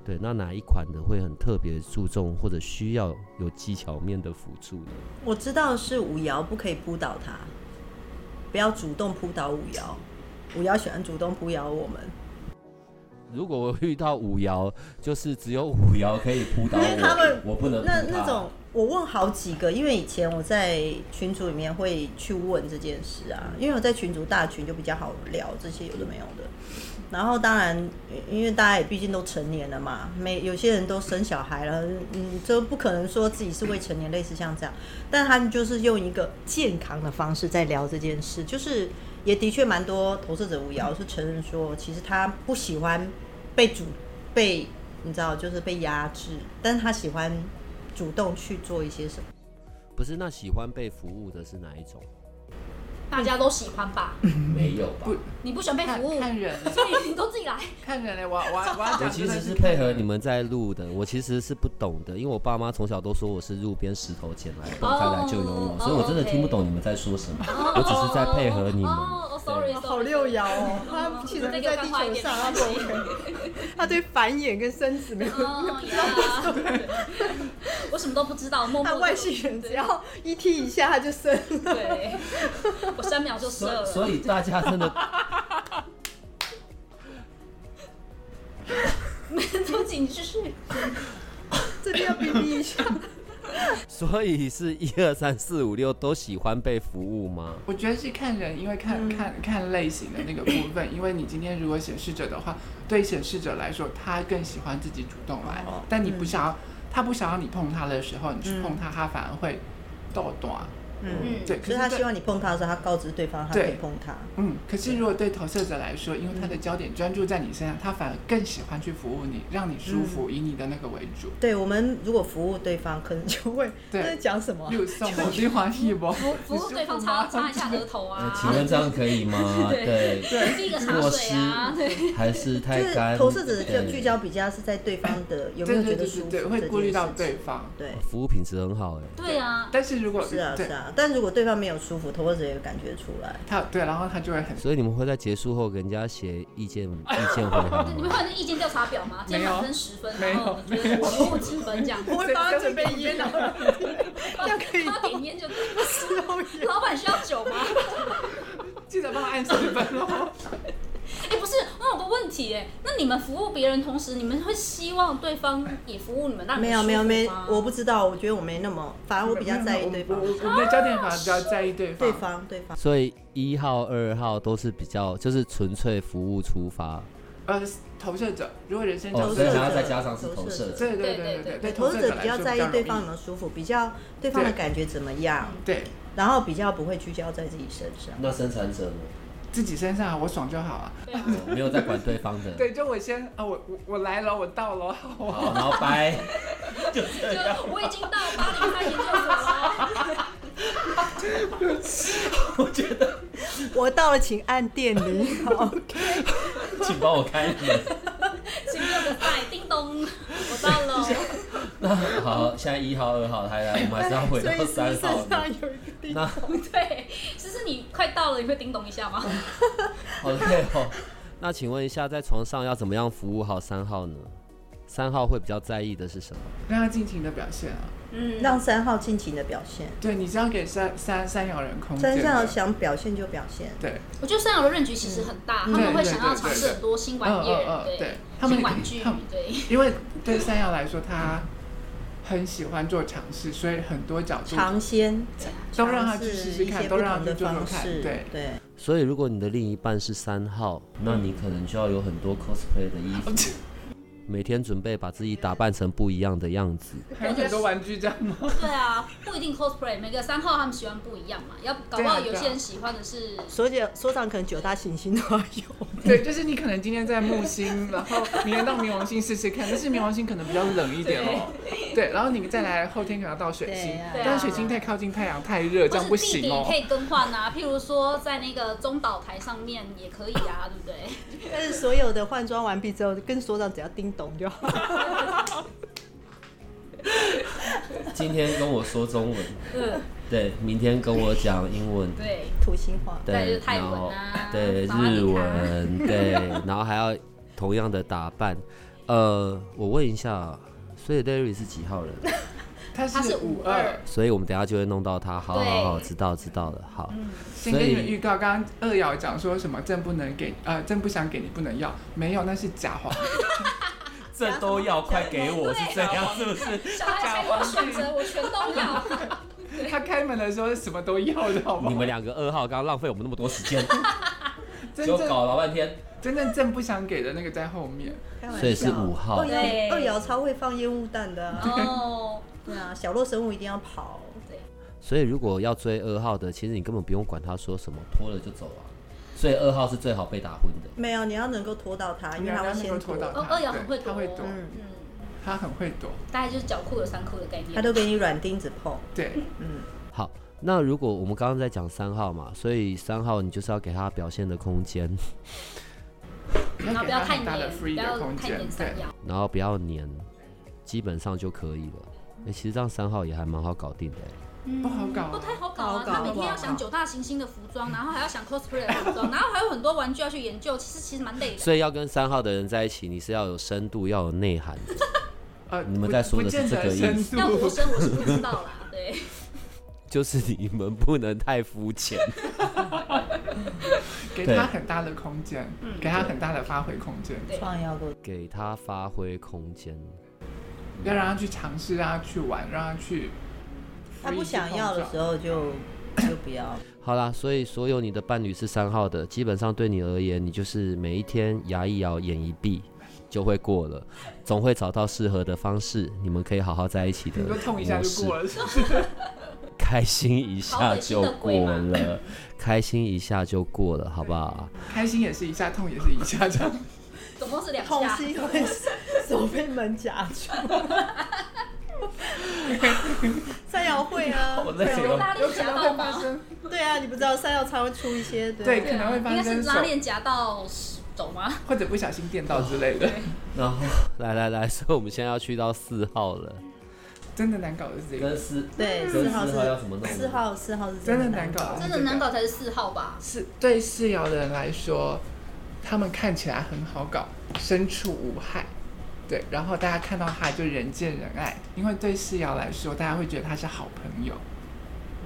Speaker 1: 对，那哪一款的会很特别注重或者需要有技巧面的辅助呢？
Speaker 2: 我知道是五爻不可以扑倒他，不要主动扑倒五爻，五爻喜欢主动扑倒我们，
Speaker 1: 如果我遇到五爻，就是只有五
Speaker 5: 五爻可以扑倒
Speaker 2: 因为他们
Speaker 5: 我，我不能扑
Speaker 2: 那
Speaker 5: 他
Speaker 2: 那种我问好几个，因为以前我在群组里面会去问这件事啊，因为我在群组大群就比较好聊这些有的没有的。然后当然，因因为大家也毕竟都成年了嘛，没有些人都生小孩了，嗯，就不可能说自己是未成年，类似像这样。但他们就是用一个健康的方式在聊这件事，就是也的确蛮多投射者无聊是承认说，其实他不喜欢被主被你知道就是被压制，但是他喜欢主动去做一些什么。
Speaker 1: 不是那喜欢被服务的是哪一种？
Speaker 3: 大家都喜欢吧？
Speaker 2: 嗯
Speaker 5: 没有吧
Speaker 4: 不？
Speaker 3: 你不喜欢被
Speaker 4: 看
Speaker 3: 服务，
Speaker 4: 看人，
Speaker 3: 所以你都自己来。
Speaker 4: 看人嘞，我我我要
Speaker 5: 我
Speaker 4: 讲
Speaker 5: 其
Speaker 4: 真的
Speaker 5: 实是
Speaker 4: 是
Speaker 5: 配合你
Speaker 1: 你
Speaker 5: 们，
Speaker 1: 们在录的，我其实是不懂的，因为我爸妈从小都说我是路边石头捡来的，
Speaker 3: 哦
Speaker 5: 开来就有我，所以我真的听不懂你们在说什么。
Speaker 1: 我只是在配合你们。
Speaker 3: 哦哦，sorry，
Speaker 2: 好六爻哦，他其实不在地球上，他不 OK，他对繁衍跟生子没有，
Speaker 3: 哦呀，我什么都不知道，默默
Speaker 2: 他
Speaker 3: 地
Speaker 2: 外星人只
Speaker 3: 对
Speaker 2: 要一踢一下他就生了。
Speaker 3: 对，我三秒就射
Speaker 5: 所以
Speaker 3: 了。
Speaker 5: 所以大家真的，
Speaker 3: 都请继续。
Speaker 2: 这边要哔哔一下，
Speaker 1: 所以是一二三四五六都喜欢被服务吗？
Speaker 4: 我觉得是看人，因为看、
Speaker 2: 嗯
Speaker 4: 看看类型的那个部 分，因为你今天如果显示者的话，对显示者来说，他更喜欢自己主动来，
Speaker 2: 哦
Speaker 4: 但你不想要，他不想要你碰他的时候，你去碰他，他反而会斗短。
Speaker 2: 嗯，
Speaker 3: 嗯，
Speaker 4: 对，可
Speaker 2: 所
Speaker 4: 是
Speaker 2: 以他
Speaker 4: 对
Speaker 2: 希望你碰他的时候，他告知对方他可
Speaker 4: 对
Speaker 2: 以碰他。
Speaker 4: 嗯，可是如果对投射者来说，因为他的焦点专注在你身上，他反而更喜欢去服务你，让你舒服，以你的那个为主。
Speaker 2: 对我们如果服务对方，可能就会
Speaker 4: 对
Speaker 2: 这是讲什么啊
Speaker 4: 例？如送某句话一 不？
Speaker 3: 服服务对方擦擦一下额头
Speaker 5: 呃
Speaker 3: 啊，
Speaker 5: 请问这样可以吗？
Speaker 3: 对
Speaker 5: 对，
Speaker 3: 第一个茶
Speaker 5: 过
Speaker 3: 水
Speaker 5: 失
Speaker 3: 啊，对，
Speaker 5: 还是太
Speaker 2: 就是
Speaker 5: 干？
Speaker 2: 投射者的聚
Speaker 5: 对
Speaker 2: 聚焦比较是在对方的有没
Speaker 4: 对
Speaker 2: 有
Speaker 4: 对
Speaker 2: 觉得
Speaker 4: 对对
Speaker 2: 舒服
Speaker 4: 对，
Speaker 2: 这
Speaker 4: 会
Speaker 2: 件
Speaker 4: 顾虑到
Speaker 2: 事
Speaker 4: 对方。
Speaker 2: 对。
Speaker 1: 服务品质很好哎、
Speaker 3: 对啊，
Speaker 4: 但是如果
Speaker 2: 是啊
Speaker 4: 对
Speaker 2: 是啊，但如果对方没有舒服，投射者也感觉出来。
Speaker 4: 他对，然后他就会很
Speaker 1: 所以你们会在结束后给人家写意见 意见回函
Speaker 3: 你们
Speaker 1: 吗？
Speaker 3: 会有那意见调查表吗？今天满分十分，
Speaker 4: 没有
Speaker 3: 然后你觉得服务几分这样？
Speaker 2: 我会帮他准备烟，然后
Speaker 3: 要
Speaker 2: 可以
Speaker 3: 他点烟就对了。老板需要酒 吗？
Speaker 4: 记得帮他按十分哦。
Speaker 3: 哎，不是，我有个问题哎，那你们服务别人同时，你们会希望对方也服务你们，让你
Speaker 2: 没
Speaker 3: 们
Speaker 2: 有没有没
Speaker 3: 舒服吗，
Speaker 2: 我不知道，我觉得我没那么，反而 我比较在意对方
Speaker 4: 我，我我们的焦点反而比较在意对方。
Speaker 2: 对方对方。
Speaker 1: 所以一号、二号都是比较就是纯粹服务出发，
Speaker 4: 呃投射者，如果人生
Speaker 2: 投
Speaker 4: 角
Speaker 5: 哦，
Speaker 4: 色
Speaker 5: 所以
Speaker 2: 射
Speaker 5: 还要
Speaker 4: 是
Speaker 2: 者
Speaker 5: 再加上是投射者，
Speaker 4: 对对
Speaker 3: 对
Speaker 4: 对
Speaker 3: 对
Speaker 4: 对，
Speaker 2: 投资
Speaker 4: 射
Speaker 2: 者比较
Speaker 4: 来说
Speaker 2: 在意
Speaker 4: 容易
Speaker 2: 对方有没有舒服，比较对方的
Speaker 4: 对
Speaker 2: 感觉怎么样，
Speaker 4: 对
Speaker 2: 然后比较不会聚焦在自己身上。
Speaker 1: 那生产者呢？
Speaker 4: 自己身上我爽就好啊。
Speaker 3: 对啊，
Speaker 1: 哦没有在管对方的。
Speaker 4: 对，就我先啊，我我我来了，我到了，好啊。
Speaker 1: 好，然后掰。
Speaker 5: 就这样。
Speaker 3: 就我已经到巴黎三研究所了，
Speaker 2: 我到了，请按电铃。好
Speaker 1: 请帮我开门。
Speaker 3: 请给我个赛，叮 咚，我到了，
Speaker 1: 那好，现在一号、二号，还来，我们还是要回到三 号。
Speaker 2: 有一个地
Speaker 1: 那
Speaker 3: 对，就是你快到了，你会叮咚一下
Speaker 2: 哦
Speaker 3: 吗？
Speaker 1: 好累哦。那请问一下，在床上要怎么样服务好三号呢？三号会比较在意的是什么？
Speaker 4: 让他尽情的表现啊。
Speaker 3: 嗯，
Speaker 2: 让三号尽情的表现，
Speaker 4: 对，你是要给三三三摇人空间
Speaker 2: 三
Speaker 4: 的。
Speaker 2: 号想表现就表现。
Speaker 4: 对，
Speaker 3: 我觉得三友的认知其实很大，
Speaker 4: 嗯
Speaker 3: 他们会想要尝试很多新玩意
Speaker 4: 嗯嗯
Speaker 3: 儿，
Speaker 4: 嗯对他们
Speaker 3: 新玩具
Speaker 4: 他们，
Speaker 3: 对，
Speaker 4: 因为对三摇来说，他很喜欢做尝试，所以很多角度
Speaker 2: 尝鲜，
Speaker 4: 嗯都让他
Speaker 2: 尝
Speaker 4: 去
Speaker 2: 试
Speaker 4: 试试
Speaker 2: 一
Speaker 4: 看，
Speaker 2: 些
Speaker 4: 都
Speaker 2: 不
Speaker 4: 让
Speaker 2: 同
Speaker 4: 他
Speaker 2: 的
Speaker 4: 去做做
Speaker 2: 方
Speaker 4: 看。
Speaker 2: 式。
Speaker 4: 对，
Speaker 2: 对，
Speaker 1: 所以，如果你的另一半是三号，那你可能就要有很多 cosplay 的衣服，每天准备把自己打扮成不一样的样子。
Speaker 4: 还有很多玩具这样吗？
Speaker 3: 对啊，不一定 cosplay，每个三号他们喜欢不一样嘛，要搞不好有些人喜欢的是，
Speaker 2: 所以所长可能九大行星都要有。
Speaker 4: 对，就是你可能今天在木星，然后明天到冥王星试试看，但是冥王星可能比较冷一点哦。对，然后你再来后天可能要到水星
Speaker 2: 对啊，
Speaker 4: 但是水星太靠近太阳太热，这样
Speaker 3: 或
Speaker 4: 不
Speaker 3: 是地
Speaker 4: 行
Speaker 3: 点
Speaker 4: 哦
Speaker 3: 可。以更换啊，譬如说在那个中岛台上面也可以啊，对不对？
Speaker 2: 但是所有的换装完毕之后，跟所长只要叮咚就好。
Speaker 1: 今天跟我说中文，对，明天跟我讲英文，
Speaker 3: 对，
Speaker 2: 土星化，
Speaker 3: 再就是
Speaker 1: 对，
Speaker 3: 泰
Speaker 1: 然
Speaker 3: 文
Speaker 1: 后
Speaker 3: 啊
Speaker 1: 对
Speaker 3: 法拉利
Speaker 1: 日
Speaker 3: 卡
Speaker 1: 文，对， 然后还要同样的打扮。呃，我问一下，所以 Larry 是几 号人？
Speaker 4: 他
Speaker 3: 他是
Speaker 4: 是
Speaker 3: 五
Speaker 4: 五
Speaker 3: 二
Speaker 4: 二，，
Speaker 1: 所以我们等一下就会弄到他。好好好，
Speaker 3: 对嗯
Speaker 1: 知道知道了。好，
Speaker 4: 先跟你们预告，刚刚二瑶讲说什么朕不能给，呃，朕不想给你不能要，没有，那是假 话。
Speaker 5: 这都要快给我，是这样是不是？
Speaker 3: 小孩才给我选择，我全都要。
Speaker 4: 他开门的时候是什么都要的，好不好？
Speaker 1: 你们两个二号刚刚浪费我们那么多时间，
Speaker 4: 真
Speaker 1: 就
Speaker 4: 正
Speaker 1: 搞老半天。
Speaker 4: 真正朕不想给的那个在后面，
Speaker 2: 开玩笑
Speaker 1: 所以是五号
Speaker 2: 二
Speaker 3: 对
Speaker 2: 爻二爻超会放烟雾弹的啊、
Speaker 3: 哦，
Speaker 2: 对啊，小洛神物一定要跑。
Speaker 1: 所以如果要追二号的，其实你根本不用管他说什么，拖了就走啊。所以二号是最好被打昏的。
Speaker 2: 没有，你要能够拖到他，因为他会
Speaker 4: 哦能
Speaker 2: 先
Speaker 4: 够
Speaker 2: 躲
Speaker 4: 拖到。
Speaker 3: 哦
Speaker 4: 他，
Speaker 3: 二瑶
Speaker 4: 对
Speaker 3: 很会
Speaker 4: 他会
Speaker 3: 躲
Speaker 4: 躲，
Speaker 2: 嗯，
Speaker 3: 嗯，
Speaker 4: 他很会躲，
Speaker 3: 大概就是脚裤有三裤的概念。
Speaker 2: 他都给你软钉子碰。
Speaker 4: 对，
Speaker 2: 嗯，
Speaker 1: 好，那如果我们刚刚在讲三号嘛，所以三号你就是要给他表现的空间，
Speaker 4: 要
Speaker 3: 然后
Speaker 4: 给
Speaker 3: 不
Speaker 4: 他
Speaker 3: 要太
Speaker 4: 很
Speaker 3: 黏，
Speaker 4: 大的
Speaker 3: 不
Speaker 4: free 的
Speaker 3: 要
Speaker 4: 空
Speaker 3: 太
Speaker 4: 间
Speaker 3: 黏，
Speaker 4: 对
Speaker 3: 三，样。
Speaker 1: 然后不要黏，基本上就可以了。欸、其实这样三号也还蛮好搞定的欸、
Speaker 4: 不好搞
Speaker 3: 不嗯
Speaker 4: 啊。
Speaker 3: 太好搞
Speaker 2: 好
Speaker 3: 啊！
Speaker 2: 搞
Speaker 3: 他每天要
Speaker 2: 好不好
Speaker 3: 想九大行星的服装，然后还要想 cosplay 的服 装，然后还有很多玩具要去研究，其实其实蛮累的。
Speaker 1: 所以要跟三号的人在一起，你是要有深度，要有内涵的。
Speaker 4: 呃，
Speaker 1: 你们
Speaker 4: 不
Speaker 1: 在说
Speaker 4: 不
Speaker 1: 的是
Speaker 4: 见
Speaker 1: 这
Speaker 4: 得
Speaker 1: 个意
Speaker 4: 深
Speaker 1: 思
Speaker 3: 要
Speaker 4: 度
Speaker 3: 活生我是不知道啦， 对，
Speaker 1: 就是你们不能太肤浅。
Speaker 4: 给
Speaker 1: 对
Speaker 4: 他很大的空间，
Speaker 2: 嗯
Speaker 4: 给他很大的发挥空间，
Speaker 3: 对
Speaker 2: 创要过
Speaker 1: 给他发挥空间。
Speaker 4: 要让他去尝试，让他去玩，让他去。
Speaker 2: 他不想要的时候就就不要。
Speaker 1: 好啦，所以所有你的伴侣是三号的，基本上对你而言，你就是每一天牙一咬，眼一闭，就会过了，总会找到适合的方式，你们可以好好在一起的
Speaker 4: 你就痛一下
Speaker 1: 模
Speaker 4: 就
Speaker 1: 式，
Speaker 4: 过了， 是不是
Speaker 1: 开心一下 就过
Speaker 3: 好恶心
Speaker 1: 了，开心一下就过了，好不好？
Speaker 4: 开心也是一下，痛也是一下，这样。
Speaker 3: 总共是两
Speaker 2: 痛
Speaker 3: 下
Speaker 2: 是。因为手被门夹住。三爻会 啊，
Speaker 1: 好累哦
Speaker 2: 三爻
Speaker 3: 有拉
Speaker 4: 有
Speaker 3: 链
Speaker 4: 可
Speaker 3: 夹
Speaker 4: 能
Speaker 3: 到
Speaker 4: 会
Speaker 3: 吗
Speaker 4: 发？生，
Speaker 2: 对啊，你不知道三爻才会出一些的。
Speaker 4: 对，
Speaker 3: 对
Speaker 4: 可能
Speaker 3: 啊，
Speaker 4: 会
Speaker 3: 应该
Speaker 4: 发
Speaker 3: 是
Speaker 4: 生
Speaker 3: 拉
Speaker 4: 手，
Speaker 3: 链夹到手吗？
Speaker 4: 或者不小心电到之类的，
Speaker 1: 然后来来来，所以我们现在要去到四号了，
Speaker 4: 真的难搞的是这个，
Speaker 1: 跟四
Speaker 2: 对，
Speaker 1: 跟
Speaker 2: 四
Speaker 1: 四
Speaker 2: 号
Speaker 1: 号要怎
Speaker 2: 是
Speaker 1: 么弄呢？
Speaker 2: 四号，四号是
Speaker 4: 真的
Speaker 2: 的
Speaker 4: 难搞，
Speaker 3: 真的难搞才是四号吧？
Speaker 4: 是对四爻的人来说，他们看起来很好搞，身处无害，对，然后大家看到他就人见人爱，因为对四爻来说，大家会觉得他是好朋友，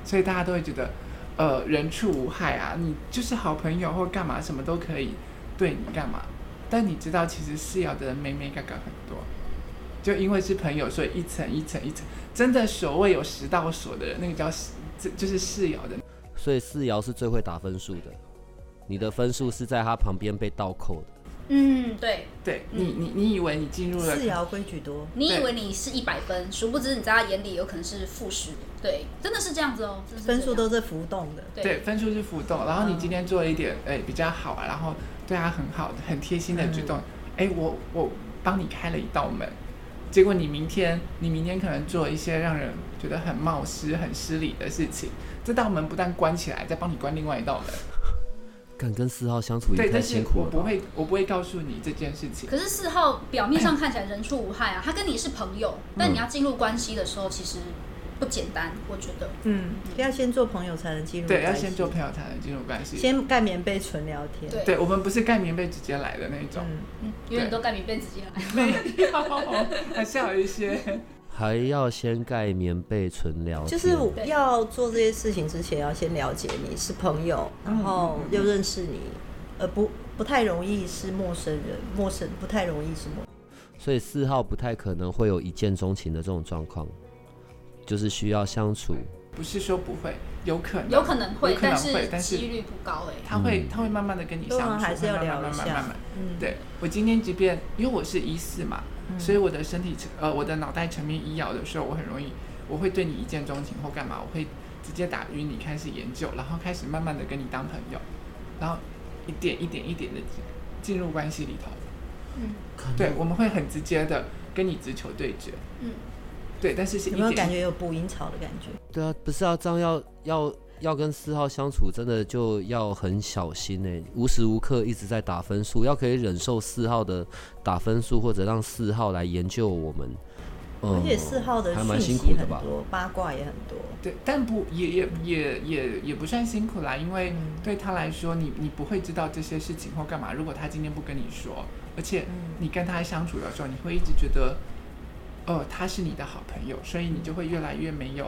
Speaker 4: 所以大家都会觉得，呃，人畜无害啊，你就是好朋友或干嘛什么都可以对你干嘛，但你知道其实四爻的人妹妹嘎嘎很多。就因为是朋友，所以一层一层一层，真的所谓有十道锁的人，那个叫四这就是四爻的
Speaker 1: 所以四爻是最会打分数的，你的分数是在他旁边被倒扣的。
Speaker 3: 嗯，对，
Speaker 4: 对你，你你以为你进入了
Speaker 2: 四爻规矩多，
Speaker 3: 你以
Speaker 4: 对
Speaker 3: 为你是一百分，殊不知你在他眼里有可能是负十。对，真的是这样子哦，真的是这
Speaker 2: 分
Speaker 3: 样
Speaker 2: 数都是浮动的。
Speaker 3: 对
Speaker 4: 对，分数是浮动，然后你今天做了一点哎比较好啊，然后对他很好、很贴心的举动，哎、我我帮你开了一道门，结果你明天你明天可能做了一些让人觉得很冒失、很失礼的事情，这道门不但关起来，再帮你关另外一道门。
Speaker 1: 干跟四号相处也
Speaker 4: 对，
Speaker 1: 太
Speaker 4: 但
Speaker 1: 辛
Speaker 4: 是
Speaker 1: 苦
Speaker 4: 我
Speaker 1: 了
Speaker 4: 不
Speaker 1: 吧。
Speaker 4: 会，我不会告诉你这件事情。
Speaker 3: 可是四号表面上看起来人畜无害啊，他跟你是朋友，但你要进入关系的时候，其实不简单，我觉得。
Speaker 2: 嗯，要先做朋友才能进入关系。
Speaker 4: 对，要先做朋友才能进入关系。
Speaker 2: 先盖棉被纯聊天。
Speaker 3: 对
Speaker 4: 对，我们不是盖棉被直接来的那种，
Speaker 2: 嗯，
Speaker 3: 嗯，永远都盖棉被直接来。
Speaker 4: 没有，还是 要有一些。
Speaker 1: 还要先盖棉被纯聊天，
Speaker 2: 就是我
Speaker 3: 对
Speaker 2: 要做这些事情之前，要先了解你是朋友，然后又认识你，呃，不不太容易是陌生人，陌生不太容易是陌。
Speaker 1: 所以四号不太可能会有一见钟情的这种状况，就是需要相处。
Speaker 4: 不是说不会，有可能，
Speaker 3: 有可能会，
Speaker 4: 有可
Speaker 3: 但
Speaker 4: 能
Speaker 3: 是
Speaker 4: 会，但是
Speaker 3: 几率不高哎、
Speaker 4: 他会他会慢慢的跟你相
Speaker 2: 当
Speaker 4: 处，
Speaker 2: 然还是要
Speaker 4: 慢
Speaker 2: 聊
Speaker 4: 慢
Speaker 2: 一
Speaker 4: 慢慢
Speaker 2: 下
Speaker 4: 慢慢。
Speaker 2: 嗯，，
Speaker 4: 对我今天即便因为我是一四嘛，所以我的身体呃我的脑袋层面医药的时候，我很容易我会对你一见钟情或干嘛，我会直接打晕你，开始研究，然后开始慢慢的跟你当朋友，然后一点一点一点的进入关系里头。
Speaker 3: 嗯
Speaker 4: 对，我们会很直接的跟你直球对决。
Speaker 3: 嗯，
Speaker 4: 对，但是是一
Speaker 2: 有没有
Speaker 4: 点
Speaker 2: 感觉有捕蝇草的感觉？
Speaker 1: 对啊，不是啊，这样要要要跟四号相处，真的就要很小心呢、无时无刻一直在打分数，要可以忍受四号的打分数，或者让四号来研究我们。嗯
Speaker 4: 哦
Speaker 2: 而且四号的
Speaker 1: 还
Speaker 2: 讯
Speaker 1: 蛮辛
Speaker 2: 息
Speaker 1: 苦的
Speaker 2: 很
Speaker 1: 吧？
Speaker 2: 多，八卦也很多。
Speaker 4: 对，但不也也也也也不算辛苦啦，因为
Speaker 2: 嗯
Speaker 4: 对他来说，你你不会知道这些事情或干嘛。如果他今天不跟你说，而且
Speaker 2: 嗯
Speaker 4: 你跟他相处的时候，你会一直觉得，哦，他是你的好朋友，所以你就会越来越没有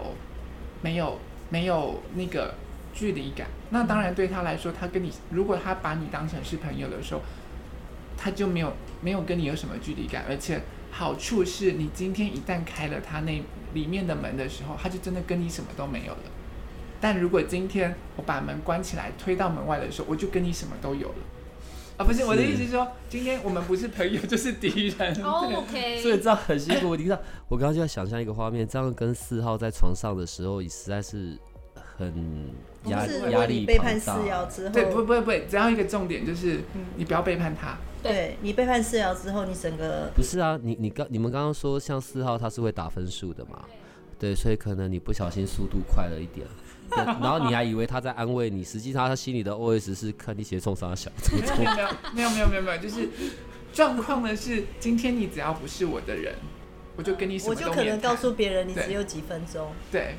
Speaker 4: 没有没有那个距离感。那当然对他来说，他跟你如果他把你当成是朋友的时候，他就没有没有跟你有什么距离感，而且好处是你今天一旦开了他那里面的门的时候，他就真的跟你什么都没有了。但如果今天我把门关起来推到门外的时候，我就跟你什么都有了。啊，不是我的意思是说，今天我们不是朋友就是敌人。
Speaker 3: 哦
Speaker 4: 嗯对
Speaker 3: OK，
Speaker 1: 所以这样很辛苦。你知道，我刚刚就在想象一个画面，这样跟四号在床上的时候，也实在是很压
Speaker 2: 就是如
Speaker 1: 压
Speaker 2: 果你
Speaker 1: 力
Speaker 2: 背叛四
Speaker 1: 庞大
Speaker 2: 爻之
Speaker 4: 啊对，不
Speaker 2: 后，
Speaker 4: 不不，只要一个重点就是，你不要背叛他。
Speaker 2: 对你背叛四爻之后，你整个
Speaker 1: 不是啊，你你刚你们刚刚说像四号他是会打分数的嘛？对，所以可能你不小心速度快了一点， 对然后你还以为他在安慰你，实际上他心里的 OS 是看你鞋冲啥小，
Speaker 4: 没有没有没有没有没有没有，就是状况呢是，今天你只要不是我的人，我就跟你什
Speaker 2: 我
Speaker 4: 么
Speaker 2: 就
Speaker 4: 都
Speaker 2: 可
Speaker 4: 免
Speaker 2: 能
Speaker 4: 谈。
Speaker 2: 告诉别人你
Speaker 4: 对
Speaker 2: 只有几分钟，
Speaker 4: 对，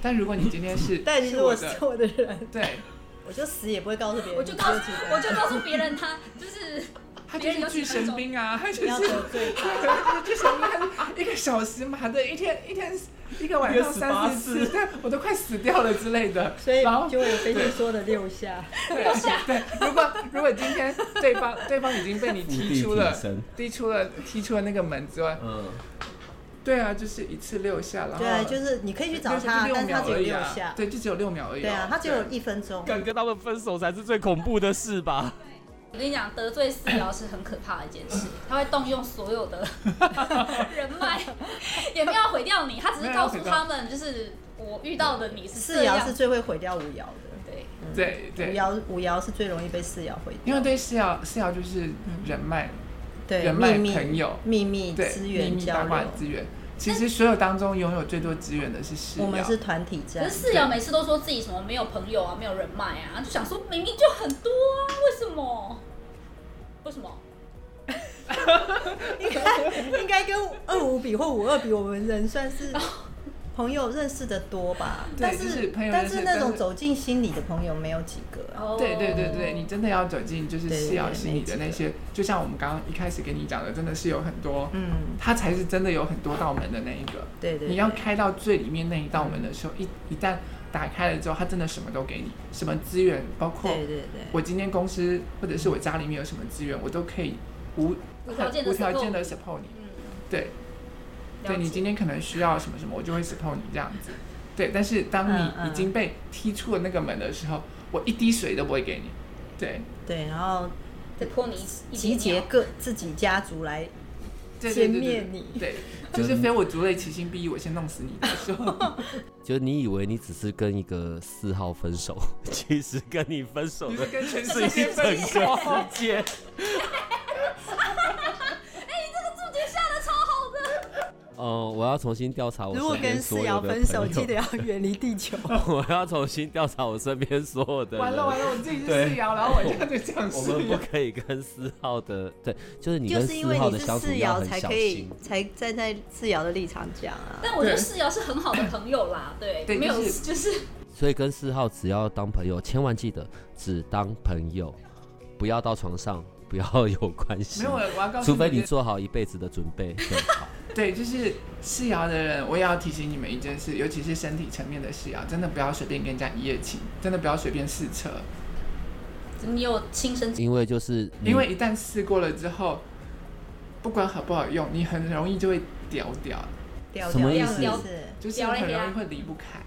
Speaker 4: 但如果你今天是
Speaker 2: 但你
Speaker 4: 是
Speaker 2: 如果
Speaker 4: 我
Speaker 2: 是
Speaker 4: 的，
Speaker 2: 我的人，
Speaker 4: 对，
Speaker 2: 我就死也不会告诉别人，
Speaker 3: 我就
Speaker 2: 你
Speaker 3: 告
Speaker 2: 只有
Speaker 3: 诉
Speaker 2: 几分钟
Speaker 3: 我就告诉别人他就是
Speaker 4: 他就是巨神兵啊，他就
Speaker 2: 不要
Speaker 4: 是。
Speaker 2: 得罪他。
Speaker 4: 就神兵，一个小时嘛，对，一天一天一个晚上三四次，我都快死掉了之类的。
Speaker 2: 所以
Speaker 4: 然后
Speaker 2: 就会有飞机说的六下，
Speaker 4: 对对，如果如果今天对方对方已经被你踢出了，踢出了踢出了那个门之外，
Speaker 1: 嗯，对
Speaker 4: 对啊，就是一次六下，然后
Speaker 2: 对，啊就是你可以去找他，
Speaker 4: 六
Speaker 2: 但是他
Speaker 4: 秒
Speaker 2: 只有
Speaker 4: 而已
Speaker 2: 六
Speaker 4: 啊
Speaker 2: 下，
Speaker 4: 对，就只有六秒而已哦。
Speaker 2: 对啊，他只有一分钟。
Speaker 5: 敢跟他们分手才是最恐怖的事吧？
Speaker 3: 我跟你讲，得罪四爻是很可怕的一件事，他会动用所有的人脉，也没有要毁掉你，他只是告诉他们，就是我遇到的你是
Speaker 2: 四
Speaker 3: 这样
Speaker 2: 爻是，最会毁掉五爻的，
Speaker 3: 对，
Speaker 4: 对对
Speaker 2: 五
Speaker 4: 对，
Speaker 2: 爻五爻是最容易被四爻毁掉，
Speaker 4: 因为对四爻四爻就是人脉，
Speaker 2: 对
Speaker 4: 人脉
Speaker 2: 秘密
Speaker 4: 朋友
Speaker 2: 秘密
Speaker 4: 对
Speaker 2: 资
Speaker 4: 秘
Speaker 2: 源
Speaker 4: 密
Speaker 2: 交
Speaker 4: 八卦
Speaker 2: 流，
Speaker 4: 资源。其实所有当中拥有最多资源的是四爻，
Speaker 2: 我们是团体
Speaker 3: 可
Speaker 2: 战
Speaker 3: 是，四爻每次都说自己什么没有朋友啊，没有人脉啊，就想说明明就很多啊，为什么？为什么？
Speaker 2: 应该应该跟二五比或五二比，我们人算是朋友认识的多吧，
Speaker 4: 对
Speaker 2: 但
Speaker 4: 就是朋友
Speaker 2: 但
Speaker 4: 认识
Speaker 2: 是那
Speaker 4: 但
Speaker 2: 种
Speaker 4: 是
Speaker 2: 走进心里的朋友没有几个啊，
Speaker 3: 哦
Speaker 4: 对对对对，你真的要走进就是
Speaker 2: 对对
Speaker 4: 四
Speaker 2: 对
Speaker 4: 爻心里的那些，就像我们刚刚一开始跟你讲的，真的是有很多，
Speaker 2: 嗯，
Speaker 4: 它才是真的有很多道门的那一个。
Speaker 2: 对对，
Speaker 4: 你要
Speaker 2: 对
Speaker 4: 开到最里面那一道门的时候，一一旦打开了之后，它真的什么都给你，什么资源，包括
Speaker 2: 对对对，
Speaker 4: 我今天公司或者是我家里面有什么资源，我都可以无
Speaker 3: 无条件地
Speaker 4: 无条件的
Speaker 3: support
Speaker 4: support 你。
Speaker 3: 嗯，
Speaker 4: 对，
Speaker 3: 了
Speaker 4: 对你
Speaker 3: 解
Speaker 4: 今天可能需要什么什么，我就会 support 你这样子。对，但是当
Speaker 2: 嗯
Speaker 4: 你
Speaker 2: 嗯
Speaker 4: 已经被踢出了那个门的时候，我一滴水都不会给你。对，
Speaker 2: 对，然后
Speaker 3: 再泼你一
Speaker 2: 集结各自己家族来
Speaker 4: 对对对
Speaker 2: 歼灭
Speaker 4: 对
Speaker 2: 你
Speaker 4: 对，就是非我族类，其心必异，我先弄死你再说。
Speaker 1: 就你以为你只是跟一个四号分手，其实跟你分手
Speaker 4: 你
Speaker 1: 的
Speaker 4: 是跟全
Speaker 1: 是
Speaker 4: 世
Speaker 1: 一
Speaker 4: 界
Speaker 1: 整个
Speaker 4: 分手，
Speaker 1: 世界。
Speaker 3: 哎注解下的超好的，
Speaker 1: 哦，我要重新调查我
Speaker 2: 如果
Speaker 1: 身边
Speaker 2: 跟
Speaker 1: 所
Speaker 2: 四
Speaker 1: 有
Speaker 2: 瑶
Speaker 1: 的
Speaker 2: 分手，
Speaker 1: 朋友
Speaker 2: 记得要远离地球。
Speaker 1: 我要重新调查我身边所有的人。
Speaker 4: 完了完了，我自己是
Speaker 1: 对
Speaker 4: 四爻，然后我这样就讲
Speaker 1: 我
Speaker 4: 四
Speaker 1: 们不
Speaker 4: 爻，
Speaker 1: 可以跟四号的，对，就是 你
Speaker 2: 就
Speaker 1: 跟
Speaker 2: 是因
Speaker 1: 四
Speaker 2: 为
Speaker 1: 号
Speaker 2: 你
Speaker 1: 的
Speaker 2: 是
Speaker 1: 相处
Speaker 2: 四
Speaker 1: 要
Speaker 2: 瑶，
Speaker 1: 很
Speaker 2: 才
Speaker 1: 小
Speaker 2: 可以
Speaker 1: 心。
Speaker 2: 才站在四瑶的立场讲啊。
Speaker 3: 但我觉得
Speaker 4: 对
Speaker 3: 四瑶是很好的朋友啦，对，
Speaker 4: 对
Speaker 3: 没有
Speaker 4: 就是
Speaker 3: 就是
Speaker 1: 所以跟四号只要当朋友，千万记得只当朋友，不要到床上，不要有关系
Speaker 4: 没有，。我要告诉
Speaker 1: 除非你
Speaker 4: 就是
Speaker 1: 做好一辈子的准备。对，好
Speaker 4: 对，就是世爻的人，我也要提醒你们一件事，尤其是身体层面的世爻，真的不要随便跟人家一夜情，真的不要随便试车，
Speaker 3: 你有亲身经
Speaker 1: 因为 就是你
Speaker 4: 因为一旦试过了之后，不管好不好用，你很容易就会屌屌，
Speaker 2: 调
Speaker 1: 什么意
Speaker 2: 调
Speaker 1: 思
Speaker 2: 调
Speaker 4: 就是
Speaker 3: 屌了
Speaker 4: 很容易
Speaker 3: 呀
Speaker 4: 会离不开。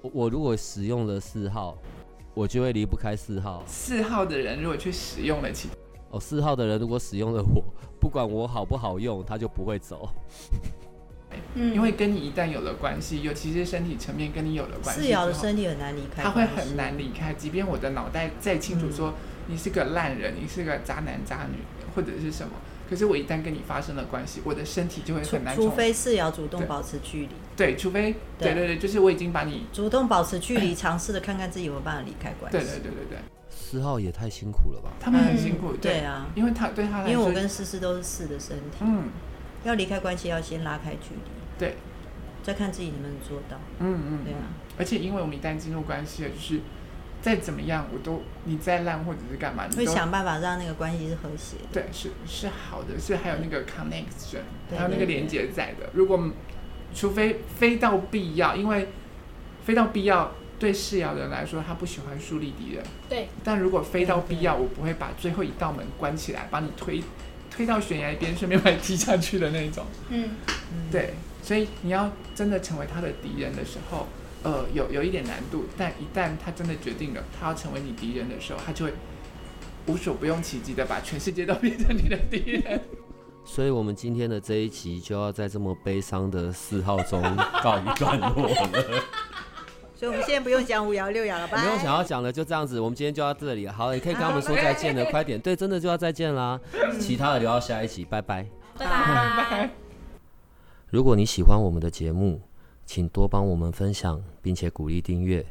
Speaker 1: 我我如果使用了四号，我就会离不开四号。
Speaker 4: 四号的人如果去使用了其，
Speaker 1: 哦，四号的人如果使用了我，不管我好不好用，他就不会走。
Speaker 3: 嗯
Speaker 4: 因为跟你一旦有了关系，尤其是身体层面跟你有了关系
Speaker 2: 四
Speaker 4: 之
Speaker 2: 瑶
Speaker 4: 后
Speaker 2: 的，身体很难离开，
Speaker 4: 他会很。难离开。即便我的脑袋再清楚
Speaker 2: 嗯
Speaker 4: 说你是个烂人，你是个渣男渣女或者是什么，可是我一旦跟你发生了关系，我的身体就会
Speaker 2: 除
Speaker 4: 很难
Speaker 2: 除
Speaker 4: 从
Speaker 2: 非四瑶主动
Speaker 4: 对
Speaker 2: 保持距离，
Speaker 4: 对，除非
Speaker 2: 对
Speaker 4: 对对对，就是我已经把你
Speaker 2: 主动保持 距离，尝试着看看自己有没有办法离开关系。
Speaker 4: 对对对对对，
Speaker 1: 四号也太辛苦了吧？
Speaker 4: 他们很辛苦，
Speaker 2: 嗯对，啊，
Speaker 4: 因为他对他
Speaker 2: 因
Speaker 4: 来
Speaker 2: 为我
Speaker 4: 说，
Speaker 2: 跟思思都是四的身体，
Speaker 4: 嗯
Speaker 2: 要离开关系要先拉开距离，
Speaker 4: 对
Speaker 2: 再看自己能不能做到。
Speaker 4: 嗯嗯
Speaker 2: 对，啊，
Speaker 4: 而且因为我们一旦进入关系了，就是再怎么样，我都你再烂或者是干嘛，你
Speaker 2: 会
Speaker 4: 都
Speaker 2: 想办法让那个关系是和谐的。
Speaker 4: 对是是好的，是还有那个 connection，
Speaker 2: 对
Speaker 4: 还有那个
Speaker 2: 对对
Speaker 4: 连接在的。如果嗯除非非到必要，因为非到必要。对世瑶人来说，他不喜欢树立敌人，
Speaker 3: 对，
Speaker 4: 但如果非到必
Speaker 2: 对对
Speaker 4: 要，我不会把最后一道门关起来，把你推推到悬崖边，顺便把你踢下去的那种。
Speaker 3: 嗯，
Speaker 2: 嗯，
Speaker 4: 对，所以你要真的成为他的敌人的时候，呃，有有一点难度，但一旦他真的决定了他要成为你敌人的时候，他就会无所不用其极的把全世界都变成你的敌人。
Speaker 1: 所以我们今天的这一集就要在这么悲伤的四号中 告一段落了。
Speaker 2: 所以我们现在不用讲五爻六爻了吧？
Speaker 1: 没有想要讲的就这样子，我们今天就到这里了。好，也可以跟他们说再见了，快点。对，真的就要再见啦，其他的留到下一集，拜拜。
Speaker 3: 拜拜。
Speaker 1: 如果你喜欢我们的节目，请多帮我们分享，并且鼓励订阅，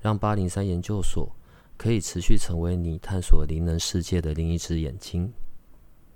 Speaker 1: 让八零三研究所可以持续成为你探索灵能世界的另一只眼睛。